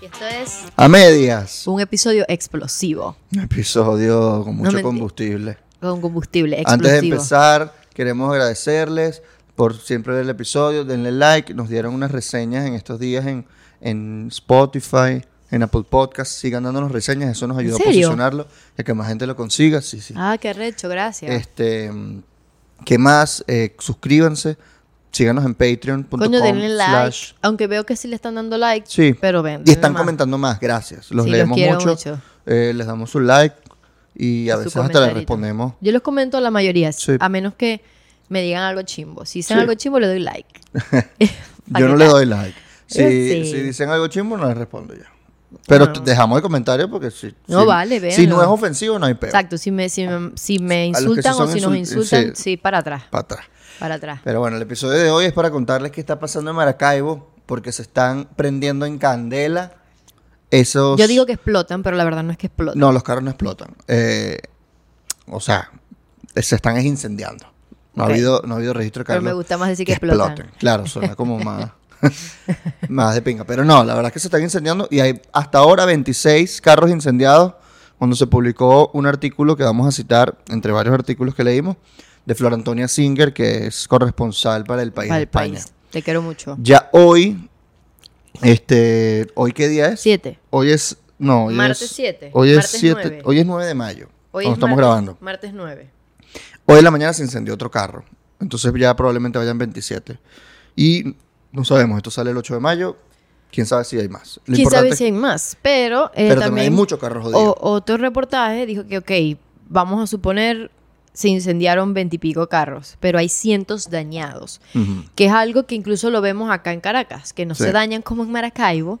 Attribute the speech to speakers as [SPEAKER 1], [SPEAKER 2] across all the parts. [SPEAKER 1] Y esto es
[SPEAKER 2] A medias.
[SPEAKER 1] un episodio explosivo,
[SPEAKER 2] Un episodio con mucho
[SPEAKER 1] menti-
[SPEAKER 2] combustible.
[SPEAKER 1] con combustible explosivo.
[SPEAKER 2] Antes de empezar, queremos agradecerles por siempre ver el episodio. Denle like. Nos dieron unas reseñas en estos días en, en Spotify, en Apple Podcast. Sigan dándonos reseñas. Eso nos ayuda a
[SPEAKER 1] serio?
[SPEAKER 2] posicionarlo y a que más gente lo consiga. Sí, sí.
[SPEAKER 1] Ah, qué recho, gracias.
[SPEAKER 2] Este, mm, ¿Qué más? Eh, suscríbanse. Síganos en patreon.com.
[SPEAKER 1] Coño, denle like.
[SPEAKER 2] slash-
[SPEAKER 1] Aunque veo que sí le están dando like,
[SPEAKER 2] Sí.
[SPEAKER 1] pero ven.
[SPEAKER 2] Y
[SPEAKER 1] denle
[SPEAKER 2] están
[SPEAKER 1] más.
[SPEAKER 2] comentando más. Gracias. Los
[SPEAKER 1] Sí, los
[SPEAKER 2] leemos
[SPEAKER 1] quiero
[SPEAKER 2] mucho.
[SPEAKER 1] mucho.
[SPEAKER 2] Eh, les damos su like. Y a
[SPEAKER 1] Su
[SPEAKER 2] veces hasta les
[SPEAKER 1] comentarito.
[SPEAKER 2] respondemos.
[SPEAKER 1] Yo los comento a la mayoría,
[SPEAKER 2] Sí.
[SPEAKER 1] a menos que me digan algo chimbo. Si dicen
[SPEAKER 2] Sí.
[SPEAKER 1] algo chimbo, le doy like.
[SPEAKER 2] Yo no le doy like. Si,
[SPEAKER 1] Eh, sí.
[SPEAKER 2] si dicen algo chimbo, no les respondo yo. Pero
[SPEAKER 1] No.
[SPEAKER 2] t- dejamos el comentario porque si,
[SPEAKER 1] No,
[SPEAKER 2] si-
[SPEAKER 1] vale,
[SPEAKER 2] si no
[SPEAKER 1] véanlo.
[SPEAKER 2] es ofensivo, no hay peor.
[SPEAKER 1] Exacto, si me, si me, si me
[SPEAKER 2] A los que sí
[SPEAKER 1] insultan o
[SPEAKER 2] son
[SPEAKER 1] si nos
[SPEAKER 2] insul-
[SPEAKER 1] insultan,
[SPEAKER 2] sí.
[SPEAKER 1] sí, para atrás,
[SPEAKER 2] Para atrás.
[SPEAKER 1] para atrás.
[SPEAKER 2] Pero bueno, el episodio de hoy es para contarles qué está pasando en Maracaibo porque se están prendiendo en candela esos...
[SPEAKER 1] Yo digo que explotan, pero la verdad no es que explotan.
[SPEAKER 2] No, los carros no explotan. Eh, o sea, se están es incendiando. No,
[SPEAKER 1] Ok.
[SPEAKER 2] ha habido, no ha habido registro de
[SPEAKER 1] Pero
[SPEAKER 2] carros.
[SPEAKER 1] me gusta más decir que explotan.
[SPEAKER 2] Claro, suena como más, más de pinga. Pero no, la verdad es que se están incendiando y hay hasta ahora 26 carros incendiados. Cuando se publicó un artículo que vamos a citar, entre varios artículos que leímos, de Flor Antonia Singer, que es corresponsal para el país
[SPEAKER 1] para
[SPEAKER 2] de
[SPEAKER 1] el
[SPEAKER 2] España.
[SPEAKER 1] país. Te quiero mucho.
[SPEAKER 2] Ya hoy, este, ¿hoy qué día es?
[SPEAKER 1] Siete.
[SPEAKER 2] Hoy es. No, hoy
[SPEAKER 1] Martes
[SPEAKER 2] es-
[SPEAKER 1] siete,
[SPEAKER 2] Hoy es
[SPEAKER 1] martes
[SPEAKER 2] 7.
[SPEAKER 1] nueve.
[SPEAKER 2] Hoy es 9 de mayo.
[SPEAKER 1] Hoy
[SPEAKER 2] cuando
[SPEAKER 1] es
[SPEAKER 2] estamos
[SPEAKER 1] martes-
[SPEAKER 2] grabando.
[SPEAKER 1] Martes 9.
[SPEAKER 2] Hoy en la mañana se incendió otro carro. Entonces ya probablemente vayan 27. Y no sabemos, esto sale el 8 de mayo. Quién sabe si hay más. Lo
[SPEAKER 1] Quién
[SPEAKER 2] importante
[SPEAKER 1] sabe
[SPEAKER 2] es-
[SPEAKER 1] si hay más, pero, eh,
[SPEAKER 2] Pero también,
[SPEAKER 1] también
[SPEAKER 2] hay muchos carros jodidos.
[SPEAKER 1] o- otro reportaje dijo que, ok, vamos a suponer se incendiaron veintipico carros, pero hay cientos dañados,
[SPEAKER 2] Ujú.
[SPEAKER 1] que es algo que incluso lo vemos acá en Caracas, que no
[SPEAKER 2] Sí.
[SPEAKER 1] se dañan como en Maracaibo,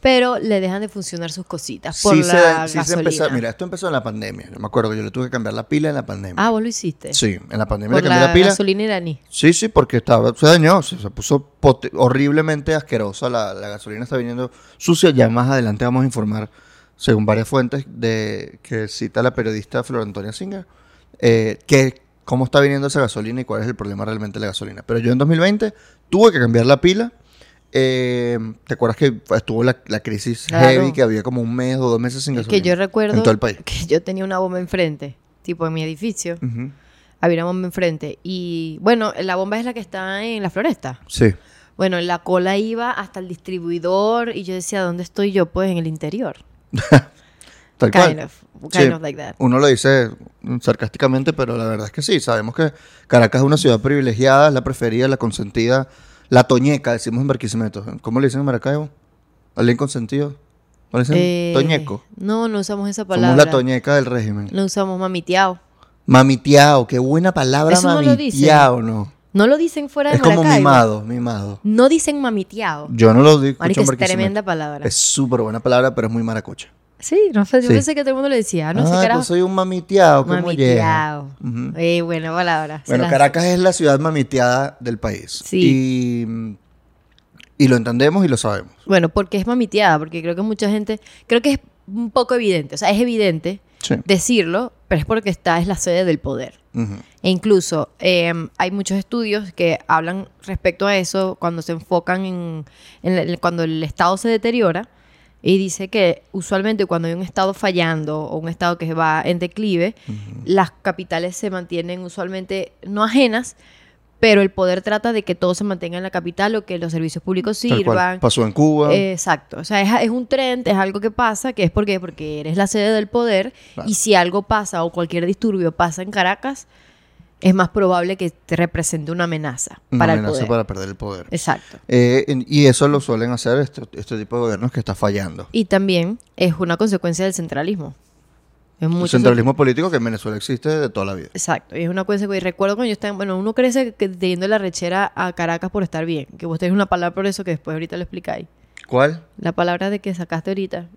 [SPEAKER 1] pero le dejan de funcionar sus cositas por
[SPEAKER 2] Sí se-
[SPEAKER 1] la
[SPEAKER 2] sí se,
[SPEAKER 1] gasolina.
[SPEAKER 2] empezó. Mira, esto empezó en la pandemia. Yo me acuerdo que yo le tuve que cambiar la pila en la pandemia.
[SPEAKER 1] ah, vos lo hiciste.
[SPEAKER 2] sí, en la pandemia
[SPEAKER 1] por
[SPEAKER 2] le cambié la,
[SPEAKER 1] la
[SPEAKER 2] pila.
[SPEAKER 1] gasolina iraní.
[SPEAKER 2] Sí, sí, porque estaba, se dañó, se, se puso pote- horriblemente asquerosa. La, la gasolina está viniendo sucia. Ya más adelante vamos a informar, según varias fuentes de que cita la periodista Flor Antonia Singer, eh, que cómo está viniendo esa gasolina y cuál es el problema realmente de la gasolina. Pero yo en 2020 tuve que cambiar la pila. Eh, ¿Te acuerdas que estuvo la, la crisis
[SPEAKER 1] Claro.
[SPEAKER 2] heavy, que había como un mes o dos meses sin
[SPEAKER 1] Es
[SPEAKER 2] gasolina?
[SPEAKER 1] que yo recuerdo
[SPEAKER 2] En todo el país.
[SPEAKER 1] que yo tenía una bomba enfrente, tipo en mi edificio.
[SPEAKER 2] Ujú.
[SPEAKER 1] Había una bomba enfrente. Y bueno, la bomba es la que está en la floresta.
[SPEAKER 2] Sí.
[SPEAKER 1] Bueno, la cola iba hasta el distribuidor y yo decía, ¿dónde estoy yo? Pues en el interior.
[SPEAKER 2] Tal cual.
[SPEAKER 1] Kind of, kind
[SPEAKER 2] Sí.
[SPEAKER 1] of like that.
[SPEAKER 2] Uno lo dice sarcásticamente, pero la verdad es que sí. Sabemos que Caracas es una ciudad privilegiada, es la preferida, la consentida, la toñeca, decimos en Barquisimeto. ¿Cómo le dicen en Maracaibo? ¿Alguien consentido? ¿No le dicen
[SPEAKER 1] Eh,
[SPEAKER 2] toñeco?
[SPEAKER 1] No, no usamos esa
[SPEAKER 2] Somos
[SPEAKER 1] palabra.
[SPEAKER 2] la toñeca del régimen.
[SPEAKER 1] No usamos mamiteado.
[SPEAKER 2] Mamiteado, qué buena palabra
[SPEAKER 1] Eso no lo dicen.
[SPEAKER 2] mamiteado, ¿no?
[SPEAKER 1] No lo dicen fuera de
[SPEAKER 2] Es como
[SPEAKER 1] Maracaibo.
[SPEAKER 2] mimado, mimado.
[SPEAKER 1] No dicen mamiteado.
[SPEAKER 2] Yo no lo digo.
[SPEAKER 1] Marica,
[SPEAKER 2] escucho en
[SPEAKER 1] es
[SPEAKER 2] Barquisimeto.
[SPEAKER 1] tremenda palabra.
[SPEAKER 2] Es súper buena palabra, pero es muy maracucha.
[SPEAKER 1] Sí, no sé, yo
[SPEAKER 2] Sí.
[SPEAKER 1] pensé que todo el mundo le decía, no sé,
[SPEAKER 2] Ah,
[SPEAKER 1] carajo.
[SPEAKER 2] yo soy un mamiteado, qué molleja.
[SPEAKER 1] mamiteado.
[SPEAKER 2] Ujú.
[SPEAKER 1] Eh, buena palabra. Se
[SPEAKER 2] Bueno,
[SPEAKER 1] las-
[SPEAKER 2] Caracas es la ciudad mamiteada del país. Y, y lo entendemos y lo sabemos.
[SPEAKER 1] Bueno, porque es mamiteada, porque creo que mucha gente, creo que es un poco evidente, o sea, es evidente
[SPEAKER 2] Sí.
[SPEAKER 1] decirlo, pero es porque está es la sede del poder.
[SPEAKER 2] Ujú.
[SPEAKER 1] E incluso eh, hay muchos estudios que hablan respecto a eso cuando se enfocan en, en el- cuando el estado se deteriora y dice que usualmente cuando hay un estado fallando o un estado que va en declive, las capitales se mantienen usualmente no ajenas, pero el poder trata de que todo se mantenga en la capital o que los servicios públicos
[SPEAKER 2] Tal cual.
[SPEAKER 1] sirvan,
[SPEAKER 2] Pasó en Cuba.
[SPEAKER 1] eh, Exacto. O sea, es, es un trend, es algo que pasa, que es porque, porque eres la sede del poder
[SPEAKER 2] Claro.
[SPEAKER 1] y si algo pasa o cualquier disturbio pasa en Caracas, es más probable que te represente una amenaza
[SPEAKER 2] una
[SPEAKER 1] para el
[SPEAKER 2] amenaza
[SPEAKER 1] poder.
[SPEAKER 2] para perder el poder.
[SPEAKER 1] Exacto.
[SPEAKER 2] Eh, en- y eso lo suelen hacer este, este tipo de gobiernos que está fallando.
[SPEAKER 1] Y también es una consecuencia del centralismo. Es
[SPEAKER 2] El
[SPEAKER 1] mucho
[SPEAKER 2] centralismo político que en Venezuela existe de toda la vida.
[SPEAKER 1] Exacto, y es una cosa que y recuerdo cuando yo estaba, en- bueno, uno crece que- teniendo la rechera a Caracas por estar bien, que vos tenés una palabra por eso que después ahorita lo explicáis.
[SPEAKER 2] ¿Cuál?
[SPEAKER 1] La palabra de que sacaste ahorita.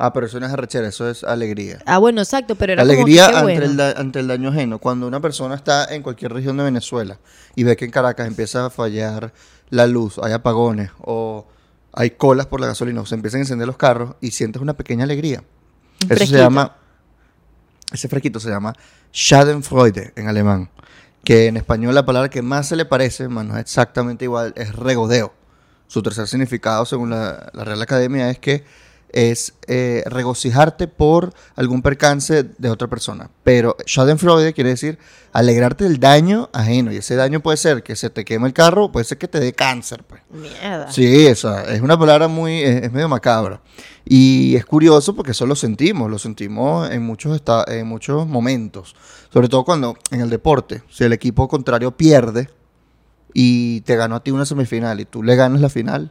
[SPEAKER 2] Ah, pero eso no es arrechera, eso es alegría.
[SPEAKER 1] Ah, bueno, exacto, pero era como que
[SPEAKER 2] Alegría
[SPEAKER 1] qué
[SPEAKER 2] ante,
[SPEAKER 1] bueno.
[SPEAKER 2] el da- ante el daño ajeno. Cuando una persona está en cualquier región de Venezuela y ve que en Caracas empieza a fallar la luz, hay apagones o hay colas por la gasolina o se empiezan a encender los carros y sientes una pequeña alegría.
[SPEAKER 1] Un
[SPEAKER 2] Eso
[SPEAKER 1] fresquito.
[SPEAKER 2] se llama, ese fresquito se llama Schadenfreude en alemán, que en español la palabra que más se le parece, más no es exactamente igual, es regodeo. Su tercer significado, según la, la Real Academia, es que es eh, regocijarte por algún percance de otra persona. Pero Schadenfreude quiere decir alegrarte del daño ajeno. Y ese daño puede ser que se te queme el carro, puede ser que te dé cáncer. Pues.
[SPEAKER 1] Mierda.
[SPEAKER 2] Sí, esa es una palabra muy, es, es medio macabra. Y es curioso porque eso lo sentimos, lo sentimos en muchos, esta- en muchos momentos. Sobre todo cuando en el deporte, si el equipo contrario pierde y te ganó a ti una semifinal y tú le ganas la final,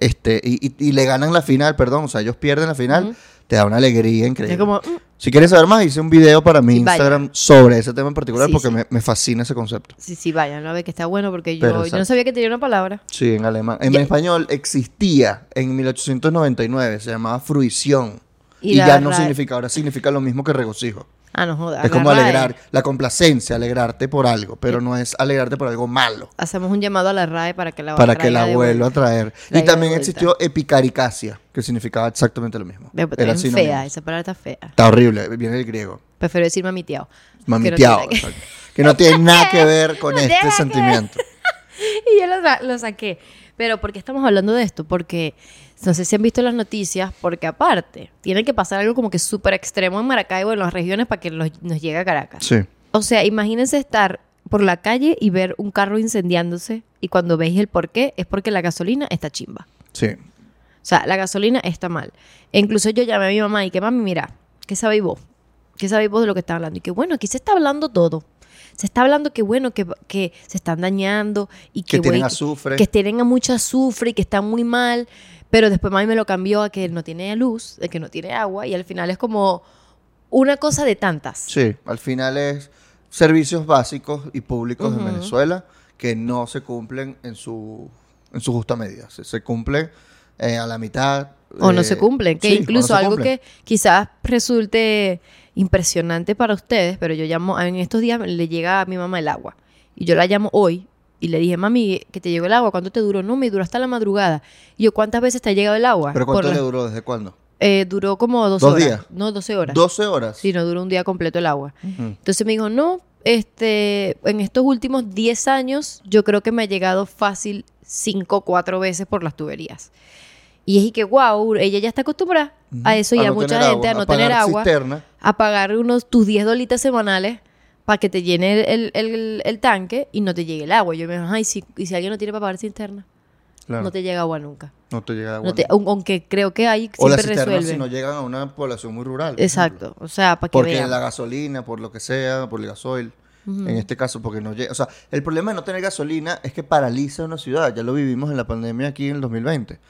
[SPEAKER 2] este, y, y- y le ganan la final, perdón, o sea, ellos pierden la final,
[SPEAKER 1] Ujú.
[SPEAKER 2] te da una alegría increíble.
[SPEAKER 1] Es como, mm,
[SPEAKER 2] Si quieres saber más, hice un video para mi
[SPEAKER 1] Sí, vaya.
[SPEAKER 2] Instagram sobre ese tema en particular
[SPEAKER 1] Sí,
[SPEAKER 2] porque
[SPEAKER 1] sí.
[SPEAKER 2] Me, me fascina ese concepto.
[SPEAKER 1] sí, sí, vayan, a ver que está bueno porque yo,
[SPEAKER 2] Pero,
[SPEAKER 1] yo
[SPEAKER 2] exacto.
[SPEAKER 1] no sabía que tenía una palabra.
[SPEAKER 2] Sí, en alemán. En
[SPEAKER 1] Ya.
[SPEAKER 2] español existía en 1899, se llamaba fruición. Y,
[SPEAKER 1] la
[SPEAKER 2] ya no
[SPEAKER 1] ra-
[SPEAKER 2] significa, ahora significa lo mismo que regocijo.
[SPEAKER 1] Ah, no jodas.
[SPEAKER 2] es
[SPEAKER 1] la
[SPEAKER 2] como
[SPEAKER 1] RAE.
[SPEAKER 2] alegrar, la complacencia, alegrarte por algo, pero no es alegrarte por algo malo,
[SPEAKER 1] Hacemos un llamado a la RAE para que la
[SPEAKER 2] para que
[SPEAKER 1] traiga
[SPEAKER 2] la
[SPEAKER 1] de
[SPEAKER 2] vuelva a
[SPEAKER 1] vuelta.
[SPEAKER 2] traer. Y
[SPEAKER 1] Traiga
[SPEAKER 2] también
[SPEAKER 1] de vuelta.
[SPEAKER 2] existió epicaricacia, que significaba exactamente lo mismo.
[SPEAKER 1] Ve, pero
[SPEAKER 2] Era
[SPEAKER 1] es
[SPEAKER 2] sinónimo.
[SPEAKER 1] fea, esa palabra está fea.
[SPEAKER 2] Está horrible, viene del griego.
[SPEAKER 1] Prefiero decir mamiteado.
[SPEAKER 2] Mamiteado.
[SPEAKER 1] Que no tiene
[SPEAKER 2] exacto. Que no tiene nada que ver con
[SPEAKER 1] No tiene
[SPEAKER 2] este
[SPEAKER 1] nada que ver.
[SPEAKER 2] sentimiento.
[SPEAKER 1] Y yo lo, sa- lo saqué. Pero ¿por qué estamos hablando de esto? Porque no sé si han visto las noticias, porque aparte, tiene que pasar algo como que súper extremo en Maracaibo, en las regiones, para que los- nos llegue a Caracas.
[SPEAKER 2] Sí.
[SPEAKER 1] O sea, imagínense estar por la calle y ver un carro incendiándose y cuando veis el por qué es porque la gasolina está chimba.
[SPEAKER 2] Sí.
[SPEAKER 1] O sea, la gasolina está mal. E incluso yo llamé a mi mamá y que, mami, mira, ¿qué sabéis vos? ¿Qué sabéis vos de lo que está hablando? Y que, bueno, aquí se está hablando todo. Se está hablando que, bueno, que, que se están dañando y
[SPEAKER 2] Que
[SPEAKER 1] que,
[SPEAKER 2] tienen
[SPEAKER 1] güey,
[SPEAKER 2] azufre.
[SPEAKER 1] que tienen a mucho azufre y que están muy mal. Pero después mami me lo cambió a que no tiene luz, a que no tiene agua. Y al final es como una cosa de tantas.
[SPEAKER 2] Sí, al final es servicios básicos y públicos en
[SPEAKER 1] Ujú.
[SPEAKER 2] Venezuela que no se cumplen en su, en su justa medida. Se, se cumplen eh, a la mitad.
[SPEAKER 1] O
[SPEAKER 2] eh,
[SPEAKER 1] no se cumplen. Que
[SPEAKER 2] sí, o no
[SPEAKER 1] incluso
[SPEAKER 2] se
[SPEAKER 1] algo
[SPEAKER 2] cumplen.
[SPEAKER 1] que quizás resulte impresionante para ustedes, pero yo llamo, en estos días le llega a mi mamá el agua. Y yo la llamo hoy y le dije, mami, que te llegó el agua, ¿cuánto te duró? No, me duró hasta la madrugada. Y yo, ¿cuántas veces te ha llegado el agua?
[SPEAKER 2] ¿Pero
[SPEAKER 1] Por
[SPEAKER 2] cuánto
[SPEAKER 1] la-
[SPEAKER 2] le duró? ¿Desde cuándo?
[SPEAKER 1] eh, duró como 12
[SPEAKER 2] ¿Dos
[SPEAKER 1] horas.
[SPEAKER 2] días?
[SPEAKER 1] No, 12 horas.
[SPEAKER 2] ¿12 horas?
[SPEAKER 1] Sí, no duró un día completo el agua.
[SPEAKER 2] Ujú.
[SPEAKER 1] Entonces me dijo, no, este, en estos últimos 10 años yo creo que me ha llegado fácil 5 o 4 veces por las tuberías. Y es y que, wow, ella ya está acostumbrada a eso y
[SPEAKER 2] A
[SPEAKER 1] a,
[SPEAKER 2] no
[SPEAKER 1] mucha
[SPEAKER 2] tener
[SPEAKER 1] gente
[SPEAKER 2] agua,
[SPEAKER 1] a no
[SPEAKER 2] pagar
[SPEAKER 1] tener agua,
[SPEAKER 2] cisterna.
[SPEAKER 1] a pagar unos tus 10 dolitas semanales para que te llene el, el- el- el tanque y no te llegue el agua. Yo me dijo, ay, si, y si alguien no tiene para pagar cisterna,
[SPEAKER 2] Claro,
[SPEAKER 1] no te llega agua nunca.
[SPEAKER 2] llega agua.
[SPEAKER 1] No te- aun- aunque creo que ahí
[SPEAKER 2] o las
[SPEAKER 1] siempre
[SPEAKER 2] cisternas
[SPEAKER 1] resuelven.
[SPEAKER 2] si no llegan a una población muy rural. por ejemplo.
[SPEAKER 1] Exacto, o sea, para que
[SPEAKER 2] Porque
[SPEAKER 1] vean.
[SPEAKER 2] la gasolina, por lo que sea, por el gasoil. En este caso, porque no llega. O sea, el problema de no tener gasolina es que paraliza una ciudad. Ya lo vivimos en la pandemia aquí en el 2020.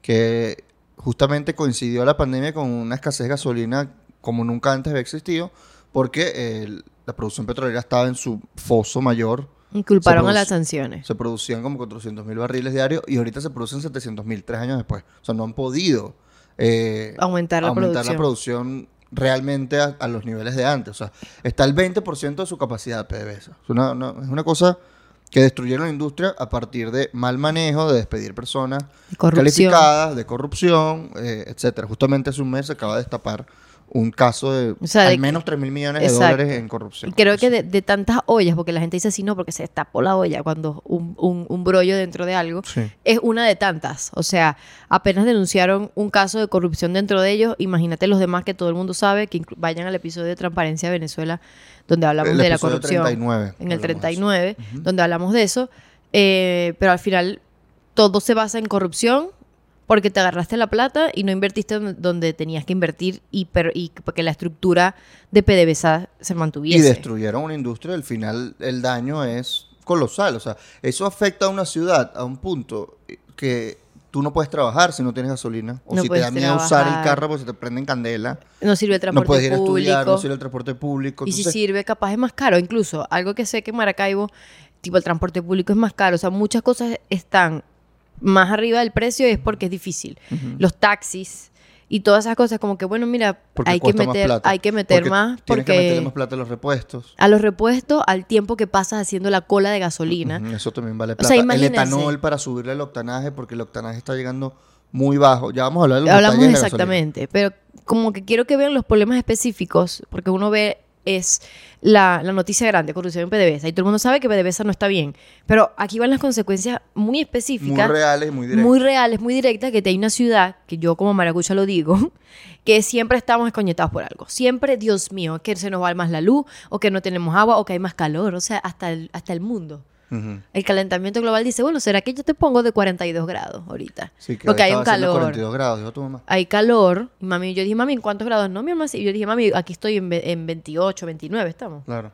[SPEAKER 2] Que justamente coincidió la pandemia con una escasez de gasolina como nunca antes había existido. Porque eh, la producción petrolera estaba en su foso mayor.
[SPEAKER 1] Y Culparon a
[SPEAKER 2] produce.
[SPEAKER 1] las sanciones.
[SPEAKER 2] Se producían como 400 mil barriles diarios y ahorita se producen 700 mil tres años después. O sea, no han podido eh,
[SPEAKER 1] Aumentar la producción.
[SPEAKER 2] producción realmente a, a los niveles de antes. O sea, está el 20% de su capacidad PDVSA. Es una, una- es una cosa que destruyeron la industria a partir de mal manejo, de despedir personas
[SPEAKER 1] Corrupción.
[SPEAKER 2] calificadas, de corrupción, eh, etcétera. Justamente hace un mes se acaba de destapar un caso de
[SPEAKER 1] O sea,
[SPEAKER 2] al
[SPEAKER 1] de-
[SPEAKER 2] menos 3 mil millones de
[SPEAKER 1] Exacto.
[SPEAKER 2] dólares en
[SPEAKER 1] Y
[SPEAKER 2] corrupción.
[SPEAKER 1] creo que de, de tantas ollas, porque la gente dice así, no, porque se destapó la olla cuando un, un, un brollo dentro de algo,
[SPEAKER 2] Sí.
[SPEAKER 1] es una de tantas. O sea, apenas denunciaron un caso de corrupción dentro de ellos, imagínate los demás que todo el mundo sabe, que inclu- vayan al episodio de Transparencia de Venezuela, donde hablamos
[SPEAKER 2] El
[SPEAKER 1] de la
[SPEAKER 2] episodio
[SPEAKER 1] corrupción.
[SPEAKER 2] 39,
[SPEAKER 1] en
[SPEAKER 2] hablamos de
[SPEAKER 1] el 39,
[SPEAKER 2] eso.
[SPEAKER 1] donde hablamos de eso, eh, pero al final todo se basa en corrupción. Porque te agarraste la plata y no invertiste don- donde tenías que invertir y, per- y que la estructura de PDVSA se mantuviese.
[SPEAKER 2] Y destruyeron una industria, al final el daño es colosal. O sea, eso afecta a una ciudad a un punto que tú no puedes trabajar si no tienes gasolina. O
[SPEAKER 1] No
[SPEAKER 2] si te
[SPEAKER 1] puedes
[SPEAKER 2] da miedo usar el
[SPEAKER 1] trabajar.
[SPEAKER 2] carro porque se te prenden candela.
[SPEAKER 1] No sirve el
[SPEAKER 2] No
[SPEAKER 1] transporte
[SPEAKER 2] puedes ir
[SPEAKER 1] público.
[SPEAKER 2] a estudiar, no sirve el transporte público.
[SPEAKER 1] Y si
[SPEAKER 2] Entonces,
[SPEAKER 1] sirve, capaz es más caro. Incluso algo que sé que en Maracaibo, tipo el transporte público es más caro. O sea, muchas cosas están más arriba del precio y es porque es difícil. Los taxis y todas esas cosas, como que bueno, mira,
[SPEAKER 2] porque
[SPEAKER 1] hay que,
[SPEAKER 2] cuesta más
[SPEAKER 1] meter,
[SPEAKER 2] plata.
[SPEAKER 1] hay que meter más
[SPEAKER 2] Tienes que meterle más
[SPEAKER 1] porque
[SPEAKER 2] plata a los repuestos.
[SPEAKER 1] a los repuestos, al tiempo que pasas haciendo la cola de gasolina.
[SPEAKER 2] Ujú, Eso también vale
[SPEAKER 1] O
[SPEAKER 2] plata.
[SPEAKER 1] sea,
[SPEAKER 2] el
[SPEAKER 1] imagínense.
[SPEAKER 2] etanol para subirle el octanaje porque el octanaje está llegando muy bajo. Ya vamos a hablar de los
[SPEAKER 1] Hablamos
[SPEAKER 2] detalles de la gasolina.
[SPEAKER 1] exactamente, pero como que quiero que vean los problemas específicos, porque uno ve es la, la noticia grande, corrupción en PDVSA. Y todo el mundo sabe que PDVSA no está bien. Pero aquí van las consecuencias muy
[SPEAKER 2] Muy
[SPEAKER 1] específicas
[SPEAKER 2] reales y muy directas.
[SPEAKER 1] muy reales, muy directas, que te hay una ciudad, que yo como maracucha lo digo, que siempre estamos escoñetados por algo. Siempre, Dios mío, que se nos va más la luz, o que no tenemos agua, o que hay más calor, o sea, hasta el, hasta el mundo.
[SPEAKER 2] Ujú.
[SPEAKER 1] El calentamiento global dice, bueno, ¿será que yo te pongo de 42 grados ahorita?
[SPEAKER 2] Sí, que
[SPEAKER 1] Porque
[SPEAKER 2] hoy
[SPEAKER 1] hay un
[SPEAKER 2] estaba haciendo
[SPEAKER 1] calor.
[SPEAKER 2] 42 grados, dijo tu mamá.
[SPEAKER 1] Hay calor. Y mami, yo dije, mami, ¿en cuántos grados? No, mi mamá, sí. Y yo dije, mami, aquí estoy en, ve- en 28, 29 estamos.
[SPEAKER 2] Claro.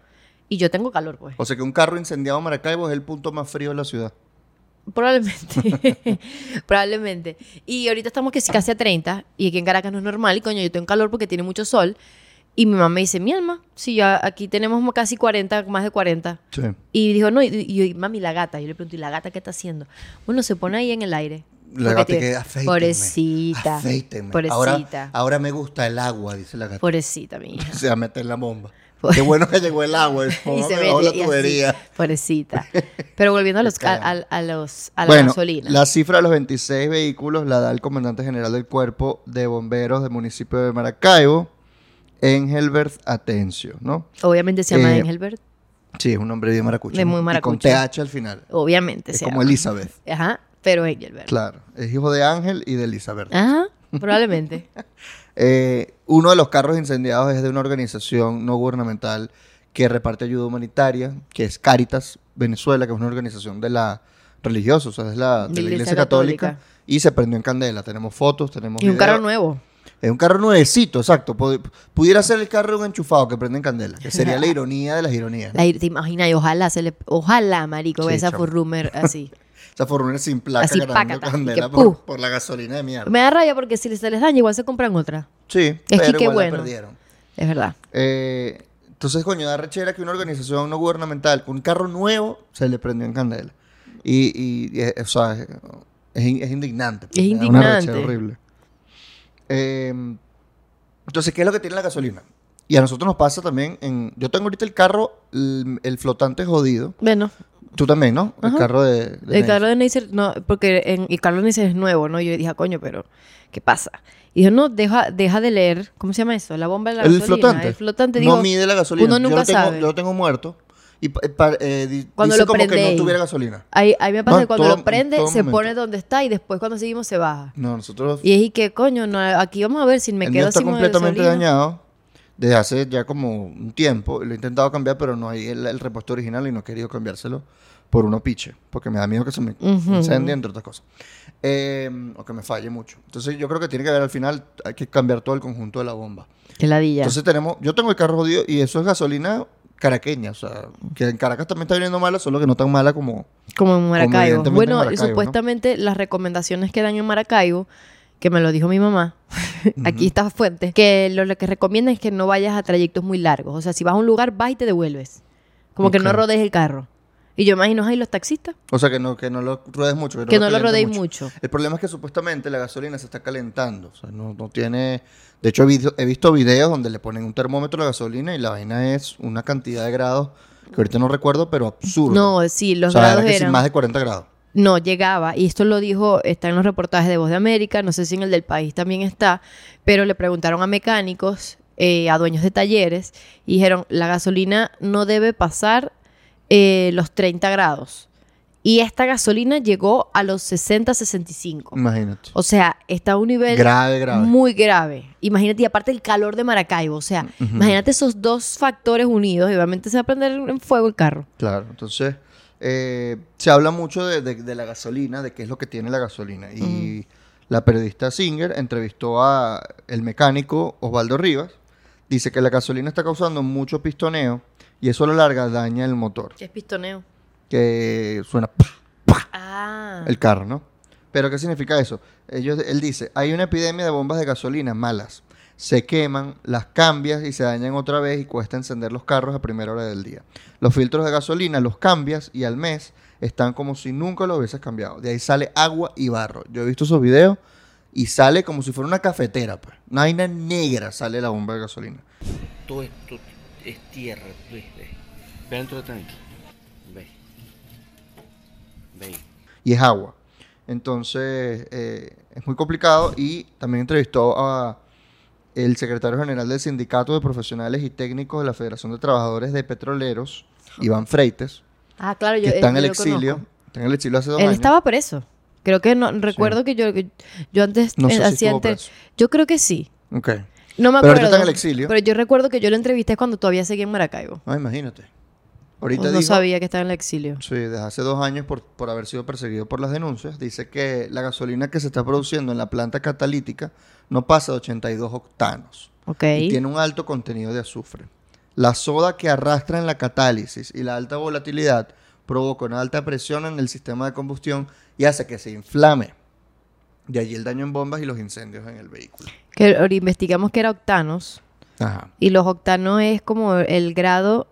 [SPEAKER 1] Y yo tengo calor, pues.
[SPEAKER 2] O sea que un carro incendiado en Maracaibo es el punto más frío de la ciudad.
[SPEAKER 1] Probablemente. Probablemente. Y ahorita estamos que sí, casi a 30. Y aquí en Caracas no es normal. Y coño, yo tengo calor porque tiene mucho sol. Y mi mamá me dice, mi alma, si ya aquí tenemos mo- casi 40, más de 40.
[SPEAKER 2] Sí.
[SPEAKER 1] Y dijo, no, y, y- y mami, la gata. Yo le pregunto, ¿y la gata qué está haciendo? Bueno, se pone ahí en el aire. Porque
[SPEAKER 2] La gata
[SPEAKER 1] tiene-
[SPEAKER 2] que afeítenme.
[SPEAKER 1] Pobrecita.
[SPEAKER 2] Afeítenme. Ahora,
[SPEAKER 1] Pobrecita.
[SPEAKER 2] ahora me gusta el agua, dice la gata.
[SPEAKER 1] Pobrecita, mi hija.
[SPEAKER 2] Se va a meter la bomba.
[SPEAKER 1] Por-
[SPEAKER 2] Qué bueno que llegó el agua.
[SPEAKER 1] y
[SPEAKER 2] me
[SPEAKER 1] se
[SPEAKER 2] bajó
[SPEAKER 1] ve
[SPEAKER 2] la tubería.
[SPEAKER 1] Pobrecita. Pero volviendo a los, a, a- a los, a la
[SPEAKER 2] bueno,
[SPEAKER 1] gasolina.
[SPEAKER 2] la cifra de los 26 vehículos la da el comandante general del cuerpo de bomberos del municipio de Maracaibo, Engelbert Atencio, ¿no?
[SPEAKER 1] Obviamente se llama
[SPEAKER 2] Eh,
[SPEAKER 1] Engelbert.
[SPEAKER 2] Sí, es un nombre bien maracucho.
[SPEAKER 1] De muy
[SPEAKER 2] Y Con
[SPEAKER 1] maracucho.
[SPEAKER 2] TH al final.
[SPEAKER 1] Obviamente
[SPEAKER 2] Es
[SPEAKER 1] se
[SPEAKER 2] como
[SPEAKER 1] llama.
[SPEAKER 2] Elizabeth.
[SPEAKER 1] Ajá, pero Engelbert.
[SPEAKER 2] Claro. Es hijo de Ángel y de Elizabeth.
[SPEAKER 1] Ajá, probablemente.
[SPEAKER 2] Eh, uno de los carros incendiados es de una organización no gubernamental que reparte ayuda humanitaria, que es Caritas Venezuela, que es una organización de la religiosa, o sea, es la, de la Iglesia Católica, y se prendió en candela. Tenemos fotos, tenemos
[SPEAKER 1] y un
[SPEAKER 2] video.
[SPEAKER 1] carro nuevo.
[SPEAKER 2] Es un carro nuevecito, exacto. Pod- pudiera ser el carro de un enchufado que prende en candela, que sería la ironía de las ironías. ¿no?
[SPEAKER 1] La- te imaginas, y ojalá se le, ojalá, marico,
[SPEAKER 2] Sí,
[SPEAKER 1] esa
[SPEAKER 2] chamo.
[SPEAKER 1] fue rumor así.
[SPEAKER 2] O sea, Forrunner sin placa
[SPEAKER 1] Así,
[SPEAKER 2] ganando
[SPEAKER 1] pácata, y
[SPEAKER 2] candela
[SPEAKER 1] que
[SPEAKER 2] por,
[SPEAKER 1] ¡puf!
[SPEAKER 2] por la gasolina de mierda.
[SPEAKER 1] Me da rabia porque si se les daña, igual se compran otra.
[SPEAKER 2] Sí,
[SPEAKER 1] que
[SPEAKER 2] pero
[SPEAKER 1] qué
[SPEAKER 2] igual la
[SPEAKER 1] bueno.
[SPEAKER 2] perdieron.
[SPEAKER 1] Es verdad.
[SPEAKER 2] Eh, entonces, coño, da rechera que una organización no gubernamental con un carro nuevo se le prendió en candela. Y, y, eh, o sea, es, in- es indignante. pues,
[SPEAKER 1] Es
[SPEAKER 2] me da una
[SPEAKER 1] indignante.
[SPEAKER 2] rechera horrible. Eh, entonces, ¿qué es lo que tiene la gasolina? Y a nosotros nos pasa también en... Yo tengo ahorita el carro, el, el flotante jodido.
[SPEAKER 1] Bueno,
[SPEAKER 2] Tú también, ¿no? El
[SPEAKER 1] Ajá.
[SPEAKER 2] carro de... de
[SPEAKER 1] el
[SPEAKER 2] Nelson.
[SPEAKER 1] carro de Neisser, no, porque en, y Carlos Neisser es nuevo, ¿no? Yo dije, "Ah, coño, pero, ¿qué pasa? Y dijo, no, deja, deja de leer, ¿cómo se llama eso? La bomba de la
[SPEAKER 2] el
[SPEAKER 1] gasolina.
[SPEAKER 2] flotante.
[SPEAKER 1] El flotante,
[SPEAKER 2] no
[SPEAKER 1] digo,
[SPEAKER 2] mide la gasolina.
[SPEAKER 1] uno
[SPEAKER 2] Yo
[SPEAKER 1] nunca
[SPEAKER 2] lo tengo-
[SPEAKER 1] sabe.
[SPEAKER 2] Yo lo tengo muerto. Y pa- pa- eh, di-
[SPEAKER 1] Cuando
[SPEAKER 2] dice
[SPEAKER 1] lo
[SPEAKER 2] como que no
[SPEAKER 1] prendéis.
[SPEAKER 2] tuviera gasolina.
[SPEAKER 1] ahí, ahí me pasa
[SPEAKER 2] No,
[SPEAKER 1] que cuando
[SPEAKER 2] todo-
[SPEAKER 1] lo prende,
[SPEAKER 2] todo
[SPEAKER 1] se
[SPEAKER 2] momento.
[SPEAKER 1] pone donde está y después cuando seguimos se baja.
[SPEAKER 2] No, nosotros...
[SPEAKER 1] Y es y que, coño, no, aquí vamos a ver si me
[SPEAKER 2] el mío
[SPEAKER 1] quedo
[SPEAKER 2] está
[SPEAKER 1] sin
[SPEAKER 2] completamente
[SPEAKER 1] gasolina.
[SPEAKER 2] dañado desde hace ya como un tiempo. Lo he intentado cambiar, pero no hay el, el repuesto original y no he querido cambiárselo por uno piche, porque me da miedo que se me
[SPEAKER 1] Ujú.
[SPEAKER 2] incendie, entre otras cosas. Eh, o que me falle mucho. Entonces yo creo que tiene que ver al final, hay que cambiar todo el conjunto de la bomba.
[SPEAKER 1] Qué ladilla.
[SPEAKER 2] Entonces tenemos, yo tengo el carro jodido y eso es gasolina caraqueña, o sea, que en Caracas también está viniendo mala, solo que no tan mala como...
[SPEAKER 1] Como en Maracaibo.
[SPEAKER 2] evidentemente en
[SPEAKER 1] Bueno, y
[SPEAKER 2] Maracaibo, ¿no?
[SPEAKER 1] supuestamente las recomendaciones que dan en Maracaibo, que me lo dijo mi mamá, aquí está fuente, que lo, lo que recomiendan es que no vayas a trayectos muy largos. O sea, si vas a un lugar, vas y te devuelves. Como que no
[SPEAKER 2] Ok.
[SPEAKER 1] rodees el carro. Y yo imagino, ay, los taxistas,
[SPEAKER 2] O sea, que no, que no lo rodees mucho.
[SPEAKER 1] que no lo
[SPEAKER 2] calientes
[SPEAKER 1] rodees
[SPEAKER 2] mucho.
[SPEAKER 1] mucho.
[SPEAKER 2] El problema es que supuestamente la gasolina se está calentando. O sea, no, no tiene. De hecho, he visto, he visto videos donde le ponen un termómetro a la gasolina y la vaina es una cantidad de grados que ahorita no recuerdo, pero absurdo.
[SPEAKER 1] No, sí, los
[SPEAKER 2] o sea,
[SPEAKER 1] grados
[SPEAKER 2] era que sí,
[SPEAKER 1] eran...
[SPEAKER 2] más de 40 grados.
[SPEAKER 1] No, llegaba, y esto lo dijo, está en los reportajes de Voz de América, no sé si en el del país también está, pero le preguntaron a mecánicos, eh, a dueños de talleres, y dijeron, la gasolina no debe pasar eh, los 30 grados. Y esta gasolina llegó a los 60, 65.
[SPEAKER 2] Imagínate.
[SPEAKER 1] O sea, está a un nivel
[SPEAKER 2] grave, Mm. grave.
[SPEAKER 1] muy grave. Imagínate, y aparte el calor de Maracaibo, o sea,
[SPEAKER 2] Mm, Ujú.
[SPEAKER 1] imagínate esos dos factores unidos, y obviamente se va a prender en fuego el carro.
[SPEAKER 2] Claro. Entonces, eh, se habla mucho de, de- de la gasolina, de qué es lo que tiene la gasolina. Y la periodista Singer entrevistó a el mecánico Osvaldo Rivas. Dice que la gasolina está causando mucho pistoneo y eso a la larga daña el motor.
[SPEAKER 1] ¿Qué es pistoneo?
[SPEAKER 2] que suena ¡pa!
[SPEAKER 1] Ah.
[SPEAKER 2] el carro, ¿no? Pero ¿qué significa eso? Ellos, él dice, hay una epidemia de bombas de gasolina malas. Se queman, las cambias y se dañan otra vez y cuesta encender los carros a primera hora del día. Los filtros de gasolina los cambias y al mes están como si nunca lo hubieses cambiado. De ahí sale agua y barro. Yo he visto esos videos y sale como si fuera una cafetera, pues. Una vaina negra sale la bomba de gasolina.
[SPEAKER 3] todo esto es tierra, tú ves, ve. Ve adentro del tanque. Ve. Ve.
[SPEAKER 2] y es agua. Entonces eh, es muy complicado y también entrevistó a el secretario general del Sindicato de Profesionales y Técnicos de la Federación de Trabajadores de Petroleros, Iván Freites,
[SPEAKER 1] Ah, claro,
[SPEAKER 2] que
[SPEAKER 1] yo
[SPEAKER 2] está en
[SPEAKER 1] yo
[SPEAKER 2] el
[SPEAKER 1] lo
[SPEAKER 2] exilio.
[SPEAKER 1] conozco.
[SPEAKER 2] Está en el exilio hace dos
[SPEAKER 1] Él
[SPEAKER 2] años.
[SPEAKER 1] estaba preso. Creo que no recuerdo que yo que yo antes
[SPEAKER 2] No sé
[SPEAKER 1] eh,
[SPEAKER 2] si
[SPEAKER 1] hacía
[SPEAKER 2] estuvo
[SPEAKER 1] antes-
[SPEAKER 2] preso.
[SPEAKER 1] yo creo que sí.
[SPEAKER 2] Ok.
[SPEAKER 1] No me
[SPEAKER 2] Pero
[SPEAKER 1] acuerdo.
[SPEAKER 2] ahorita está en el exilio.
[SPEAKER 1] Pero yo recuerdo que yo lo entrevisté cuando todavía seguía en Maracaibo.
[SPEAKER 2] Ah, imagínate. Ahorita
[SPEAKER 1] no
[SPEAKER 2] dijo-
[SPEAKER 1] sabía que estaba en el exilio.
[SPEAKER 2] Sí, desde hace dos años por, por haber sido perseguido por las denuncias. Dice que la gasolina que se está produciendo en la planta catalítica no pasa de 82 octanos
[SPEAKER 1] Ok.
[SPEAKER 2] y tiene un alto contenido de azufre. La soda que arrastra en la catálisis y la alta volatilidad provoca una alta presión en el sistema de combustión y hace que se inflame. De allí el daño en bombas y los incendios en el vehículo.
[SPEAKER 1] Que ahora investigamos que era octanos.
[SPEAKER 2] Ajá.
[SPEAKER 1] Y los octanos es como el grado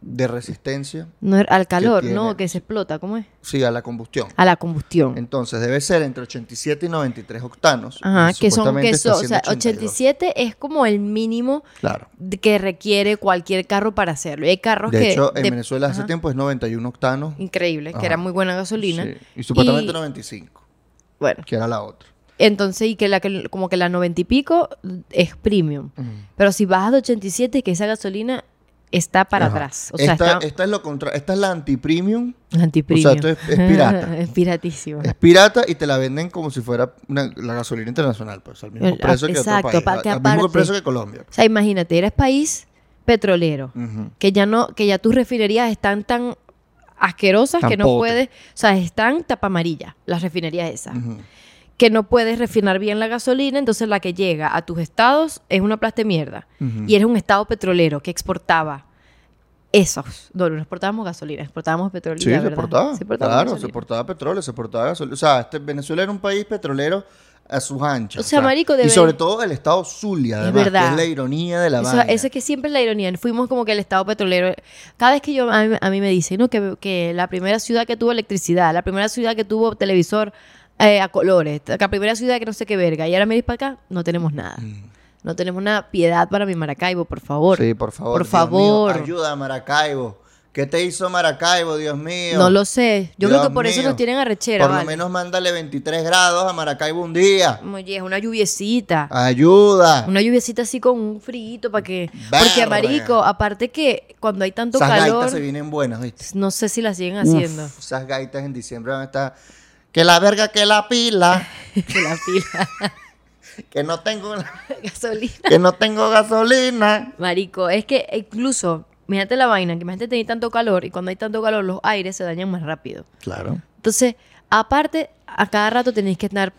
[SPEAKER 2] De resistencia,
[SPEAKER 1] no, es- al calor,
[SPEAKER 2] tiene-
[SPEAKER 1] ¿no? Que se explota, ¿cómo es?
[SPEAKER 2] sí, a la combustión.
[SPEAKER 1] A la combustión.
[SPEAKER 2] Entonces debe ser entre 87 y 93 octanos.
[SPEAKER 1] Ajá,
[SPEAKER 2] y
[SPEAKER 1] que son,
[SPEAKER 2] supuestamente
[SPEAKER 1] que
[SPEAKER 2] está
[SPEAKER 1] son, o sea,
[SPEAKER 2] haciendo 82.
[SPEAKER 1] 87 es como el mínimo
[SPEAKER 2] Claro.
[SPEAKER 1] de- que requiere cualquier carro para hacerlo. Y hay carros
[SPEAKER 2] De
[SPEAKER 1] que...
[SPEAKER 2] hecho, en
[SPEAKER 1] de-
[SPEAKER 2] Venezuela hace
[SPEAKER 1] ajá,
[SPEAKER 2] tiempo es 91 octanos.
[SPEAKER 1] Increíble,
[SPEAKER 2] Ajá.
[SPEAKER 1] que era muy buena gasolina.
[SPEAKER 2] Sí, Y supuestamente
[SPEAKER 1] Y-
[SPEAKER 2] 95,
[SPEAKER 1] Bueno,
[SPEAKER 2] que era la otra.
[SPEAKER 1] entonces, y que la que- como que la 90 y pico es premium. Pero si bajas de 87, que esa gasolina está para
[SPEAKER 2] Ajá.
[SPEAKER 1] atrás. O sea,
[SPEAKER 2] esta,
[SPEAKER 1] está
[SPEAKER 2] esta es lo contra, esta es la anti-premium,
[SPEAKER 1] antipremium.
[SPEAKER 2] esto es- es pirata.
[SPEAKER 1] es piratísimo.
[SPEAKER 2] es pirata y te la venden como si fuera una- la gasolina internacional, pues al mismo
[SPEAKER 1] El-
[SPEAKER 2] precio que
[SPEAKER 1] Eh, exacto,
[SPEAKER 2] otro país,
[SPEAKER 1] pa-
[SPEAKER 2] al-
[SPEAKER 1] que
[SPEAKER 2] al mismo
[SPEAKER 1] aparte-
[SPEAKER 2] precio que Colombia.
[SPEAKER 1] O sea, imagínate, eres país petrolero,
[SPEAKER 2] Ujú.
[SPEAKER 1] que ya no, que ya tus refinerías están tan asquerosas
[SPEAKER 2] Tan
[SPEAKER 1] que no
[SPEAKER 2] pobre.
[SPEAKER 1] puedes, o sea, están tapa amarilla, las refinerías esas,
[SPEAKER 2] Ujú.
[SPEAKER 1] que no puedes refinar bien la gasolina, entonces la que llega a tus estados es una plasta de mierda.
[SPEAKER 2] Ujú.
[SPEAKER 1] Y eres un estado petrolero que exportaba esos dólares, no exportábamos gasolina, exportábamos petróleo.
[SPEAKER 2] Sí, se
[SPEAKER 1] ¿verdad?
[SPEAKER 2] portaba.
[SPEAKER 1] Sí, exportábamos
[SPEAKER 2] claro, se
[SPEAKER 1] gasolina.
[SPEAKER 2] portaba petróleo, se portaba gasolina. O sea, este, Venezuela era un país petrolero a sus anchas.
[SPEAKER 1] O sea, marico,
[SPEAKER 2] Y
[SPEAKER 1] debe-
[SPEAKER 2] sobre todo el estado Zulia,
[SPEAKER 1] Es
[SPEAKER 2] además, que
[SPEAKER 1] verdad.
[SPEAKER 2] es la ironía de la
[SPEAKER 1] Eso,
[SPEAKER 2] vaina.
[SPEAKER 1] eso es que siempre es la ironía. Fuimos como que el estado petrolero. Cada vez que yo a mí, a mí me dicen ¿no? que, que la primera ciudad que tuvo electricidad, la primera ciudad que tuvo televisor eh, a colores, la primera ciudad que no sé qué verga. Y ahora me para acá, no tenemos nada. No tenemos nada. Piedad para mi Maracaibo, por favor.
[SPEAKER 2] Mm. Sí, por favor.
[SPEAKER 1] Por
[SPEAKER 2] Dios mío,
[SPEAKER 1] favor.
[SPEAKER 2] ayuda a Maracaibo. ¿Qué te hizo Maracaibo, Dios mío?
[SPEAKER 1] no lo sé. Yo creo
[SPEAKER 2] Dios
[SPEAKER 1] que por eso
[SPEAKER 2] mío.
[SPEAKER 1] nos tienen arrechera,
[SPEAKER 2] Por
[SPEAKER 1] ¿vale?
[SPEAKER 2] lo menos mándale 23 grados a Maracaibo un día.
[SPEAKER 1] Oye, es una lluviecita.
[SPEAKER 2] Ayuda.
[SPEAKER 1] Una lluviecita así con un frito para que... Porque,
[SPEAKER 2] Ah. Verga.
[SPEAKER 1] marico, aparte que cuando hay tanto
[SPEAKER 2] Esas
[SPEAKER 1] calor, pues,
[SPEAKER 2] gaitas se vienen buenas, ¿viste?
[SPEAKER 1] no sé si la siguen haciendo.
[SPEAKER 2] Esas gaitas en diciembre van a estar... Que la verga, que la pila,
[SPEAKER 1] Que la pila
[SPEAKER 2] que no tengo,
[SPEAKER 1] de gasolina.
[SPEAKER 2] que no tengo gasolina.
[SPEAKER 1] Marico, es que incluso, fíjate la vaina, que imagínate tener tanto calor y cuando hay tanto calor los aires se dañan más rápido.
[SPEAKER 2] Claro.
[SPEAKER 1] Entonces, aparte, a cada rato tenéis que estar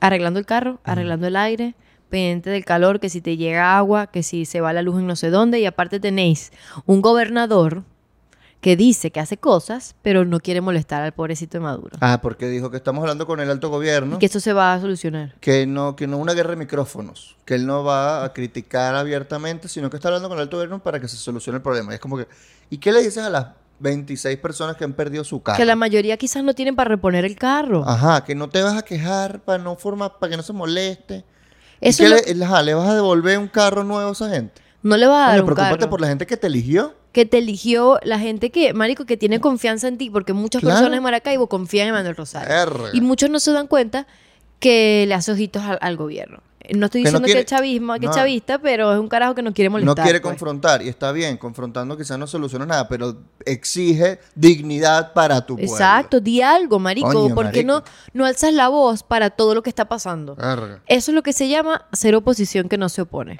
[SPEAKER 1] arreglando el carro, arreglando el aire, pendiente del calor, que si te llega agua, que si se va la luz en no sé dónde, y aparte tenéis un gobernador que dice que hace cosas, pero no quiere molestar al pobrecito de Maduro.
[SPEAKER 2] Ah, porque dijo que estamos hablando con el alto gobierno.
[SPEAKER 1] Y que eso se va a solucionar.
[SPEAKER 2] que no, que no una guerra de micrófonos, que él no va a criticar abiertamente, sino que está hablando con el alto gobierno para que se solucione el problema. Y es como que, ¿y qué le dices a las 26 personas que han perdido su carro?
[SPEAKER 1] Que la mayoría quizás no tienen para reponer el carro.
[SPEAKER 2] Ajá, que no te vas a quejar para no formar, para que no se moleste. ¿Y
[SPEAKER 1] Eso
[SPEAKER 2] qué
[SPEAKER 1] es lo-
[SPEAKER 2] le, ajá, le vas a devolver un carro nuevo a esa gente?
[SPEAKER 1] no le va a dar
[SPEAKER 2] Oye,
[SPEAKER 1] un
[SPEAKER 2] preocúpate
[SPEAKER 1] carro.
[SPEAKER 2] por la gente que te eligió.
[SPEAKER 1] que te eligió la gente que, marico, que tiene confianza en ti, porque muchas
[SPEAKER 2] Claro.
[SPEAKER 1] personas en Maracaibo confían en Manuel Rosario.
[SPEAKER 2] Verga.
[SPEAKER 1] Y muchos no se dan cuenta que le hace ojitos al, al gobierno. Eh, No estoy
[SPEAKER 2] Que no
[SPEAKER 1] diciendo que,
[SPEAKER 2] quiere-
[SPEAKER 1] es chavismo, que es
[SPEAKER 2] no.
[SPEAKER 1] chavista, pero es un carajo que no quiere molestar.
[SPEAKER 2] No quiere
[SPEAKER 1] pues.
[SPEAKER 2] confrontar, y está bien, confrontando quizás no soluciona nada, pero exige dignidad para tu pueblo.
[SPEAKER 1] Exacto, di algo, marico,
[SPEAKER 2] Coño,
[SPEAKER 1] porque no
[SPEAKER 2] marico. Ah.
[SPEAKER 1] no alzas la voz para todo lo que está pasando.
[SPEAKER 2] Verga.
[SPEAKER 1] Eso es lo que se llama ser oposición que no se opone.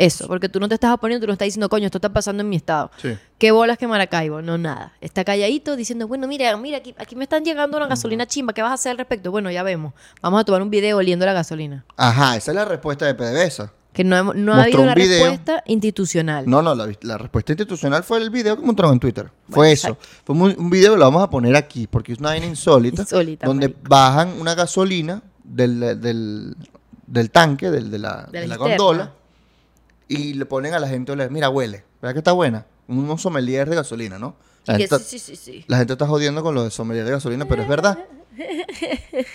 [SPEAKER 1] Eso, porque tú no te estás oponiendo, tú no estás diciendo, coño, esto está pasando en mi estado.
[SPEAKER 2] Sí.
[SPEAKER 1] ¿Qué bolas que Maracaibo? No, nada. Está calladito diciendo, bueno, mira, mira, aquí, aquí me están llegando una gasolina chimba, ¿qué vas a hacer al respecto? Bueno, ya vemos. Vamos a tomar un video oliendo la gasolina.
[SPEAKER 2] Ajá, esa es la respuesta de PDVSA.
[SPEAKER 1] Que no, hemos- no
[SPEAKER 2] Mostró
[SPEAKER 1] ha habido
[SPEAKER 2] un
[SPEAKER 1] una
[SPEAKER 2] video.
[SPEAKER 1] respuesta institucional.
[SPEAKER 2] No, no, la, la respuesta institucional fue el video que mostraron en Twitter. fue eso.
[SPEAKER 1] exacto.
[SPEAKER 2] Fue un, un video que lo vamos a poner aquí, porque es una vaina insólita.
[SPEAKER 1] Insólita,
[SPEAKER 2] donde
[SPEAKER 1] marico.
[SPEAKER 2] bajan una gasolina del, del, del tanque, del, de la,
[SPEAKER 1] De la
[SPEAKER 2] de la
[SPEAKER 1] cisterna.
[SPEAKER 2] gondola, y le ponen a la gente a oler. Mira, huele. ¿Verdad que está buena? Un sommelier de gasolina, ¿no? La
[SPEAKER 1] Que
[SPEAKER 2] gente, está-
[SPEAKER 1] sí, sí, sí, sí.
[SPEAKER 2] la gente está jodiendo con lo de sommelier de gasolina, pero es verdad.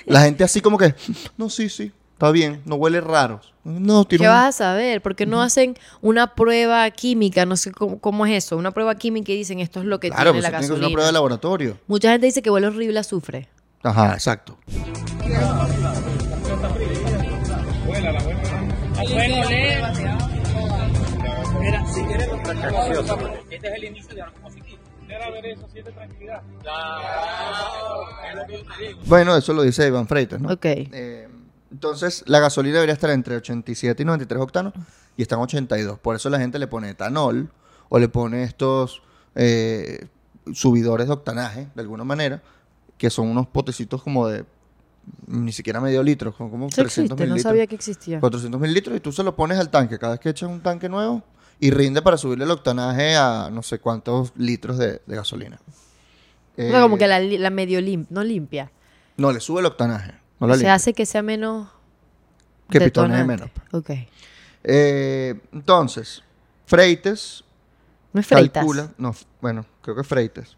[SPEAKER 2] La gente así como que, no, sí, sí, está bien, no huele raro. No, tiene
[SPEAKER 1] ¿Qué
[SPEAKER 2] un-
[SPEAKER 1] vas a saber? ¿Por qué no hacen una prueba química? No sé cómo, cómo es eso. Una prueba química y dicen esto es lo que
[SPEAKER 2] Claro,
[SPEAKER 1] tiene
[SPEAKER 2] pues
[SPEAKER 1] la
[SPEAKER 2] tiene que ser
[SPEAKER 1] gasolina.
[SPEAKER 2] una prueba de laboratorio.
[SPEAKER 1] Mucha gente dice que huele horrible a azufre.
[SPEAKER 2] Ajá, exacto.
[SPEAKER 4] Bueno, lee. Mira, si quieres, este es el inicio de algo positivo. Era ver eso, siente tranquilidad. Claro. Es lo que yo te digo.
[SPEAKER 2] Bueno, eso lo dice Iván Freitas, ¿no?
[SPEAKER 1] Ok.
[SPEAKER 2] Eh, entonces, la gasolina debería estar entre 87 y 93 octanos y está en 82. Por eso la gente le pone etanol o le pone estos eh, subidores de octanaje, de alguna manera, que son unos potecitos como de ni siquiera medio litro, son como
[SPEAKER 1] Eso
[SPEAKER 2] 300
[SPEAKER 1] existe, no
[SPEAKER 2] mililitros.
[SPEAKER 1] sabía que existía.
[SPEAKER 2] 400 mililitros y tú se lo pones al tanque cada vez que echas un tanque nuevo y rinde para subirle el octanaje a no sé cuántos litros de, de gasolina.
[SPEAKER 1] O sea, como
[SPEAKER 2] Eh,
[SPEAKER 1] que la, li- la medio lim- no limpia.
[SPEAKER 2] No, le sube el octanaje. No la
[SPEAKER 1] se
[SPEAKER 2] limpia.
[SPEAKER 1] hace que sea menos.
[SPEAKER 2] Que pitone
[SPEAKER 1] detonante.
[SPEAKER 2] menos. pues.
[SPEAKER 1] Ok.
[SPEAKER 2] Eh, entonces, Freites
[SPEAKER 1] No es freitas.
[SPEAKER 2] calcula, no, f- bueno, creo que Freites,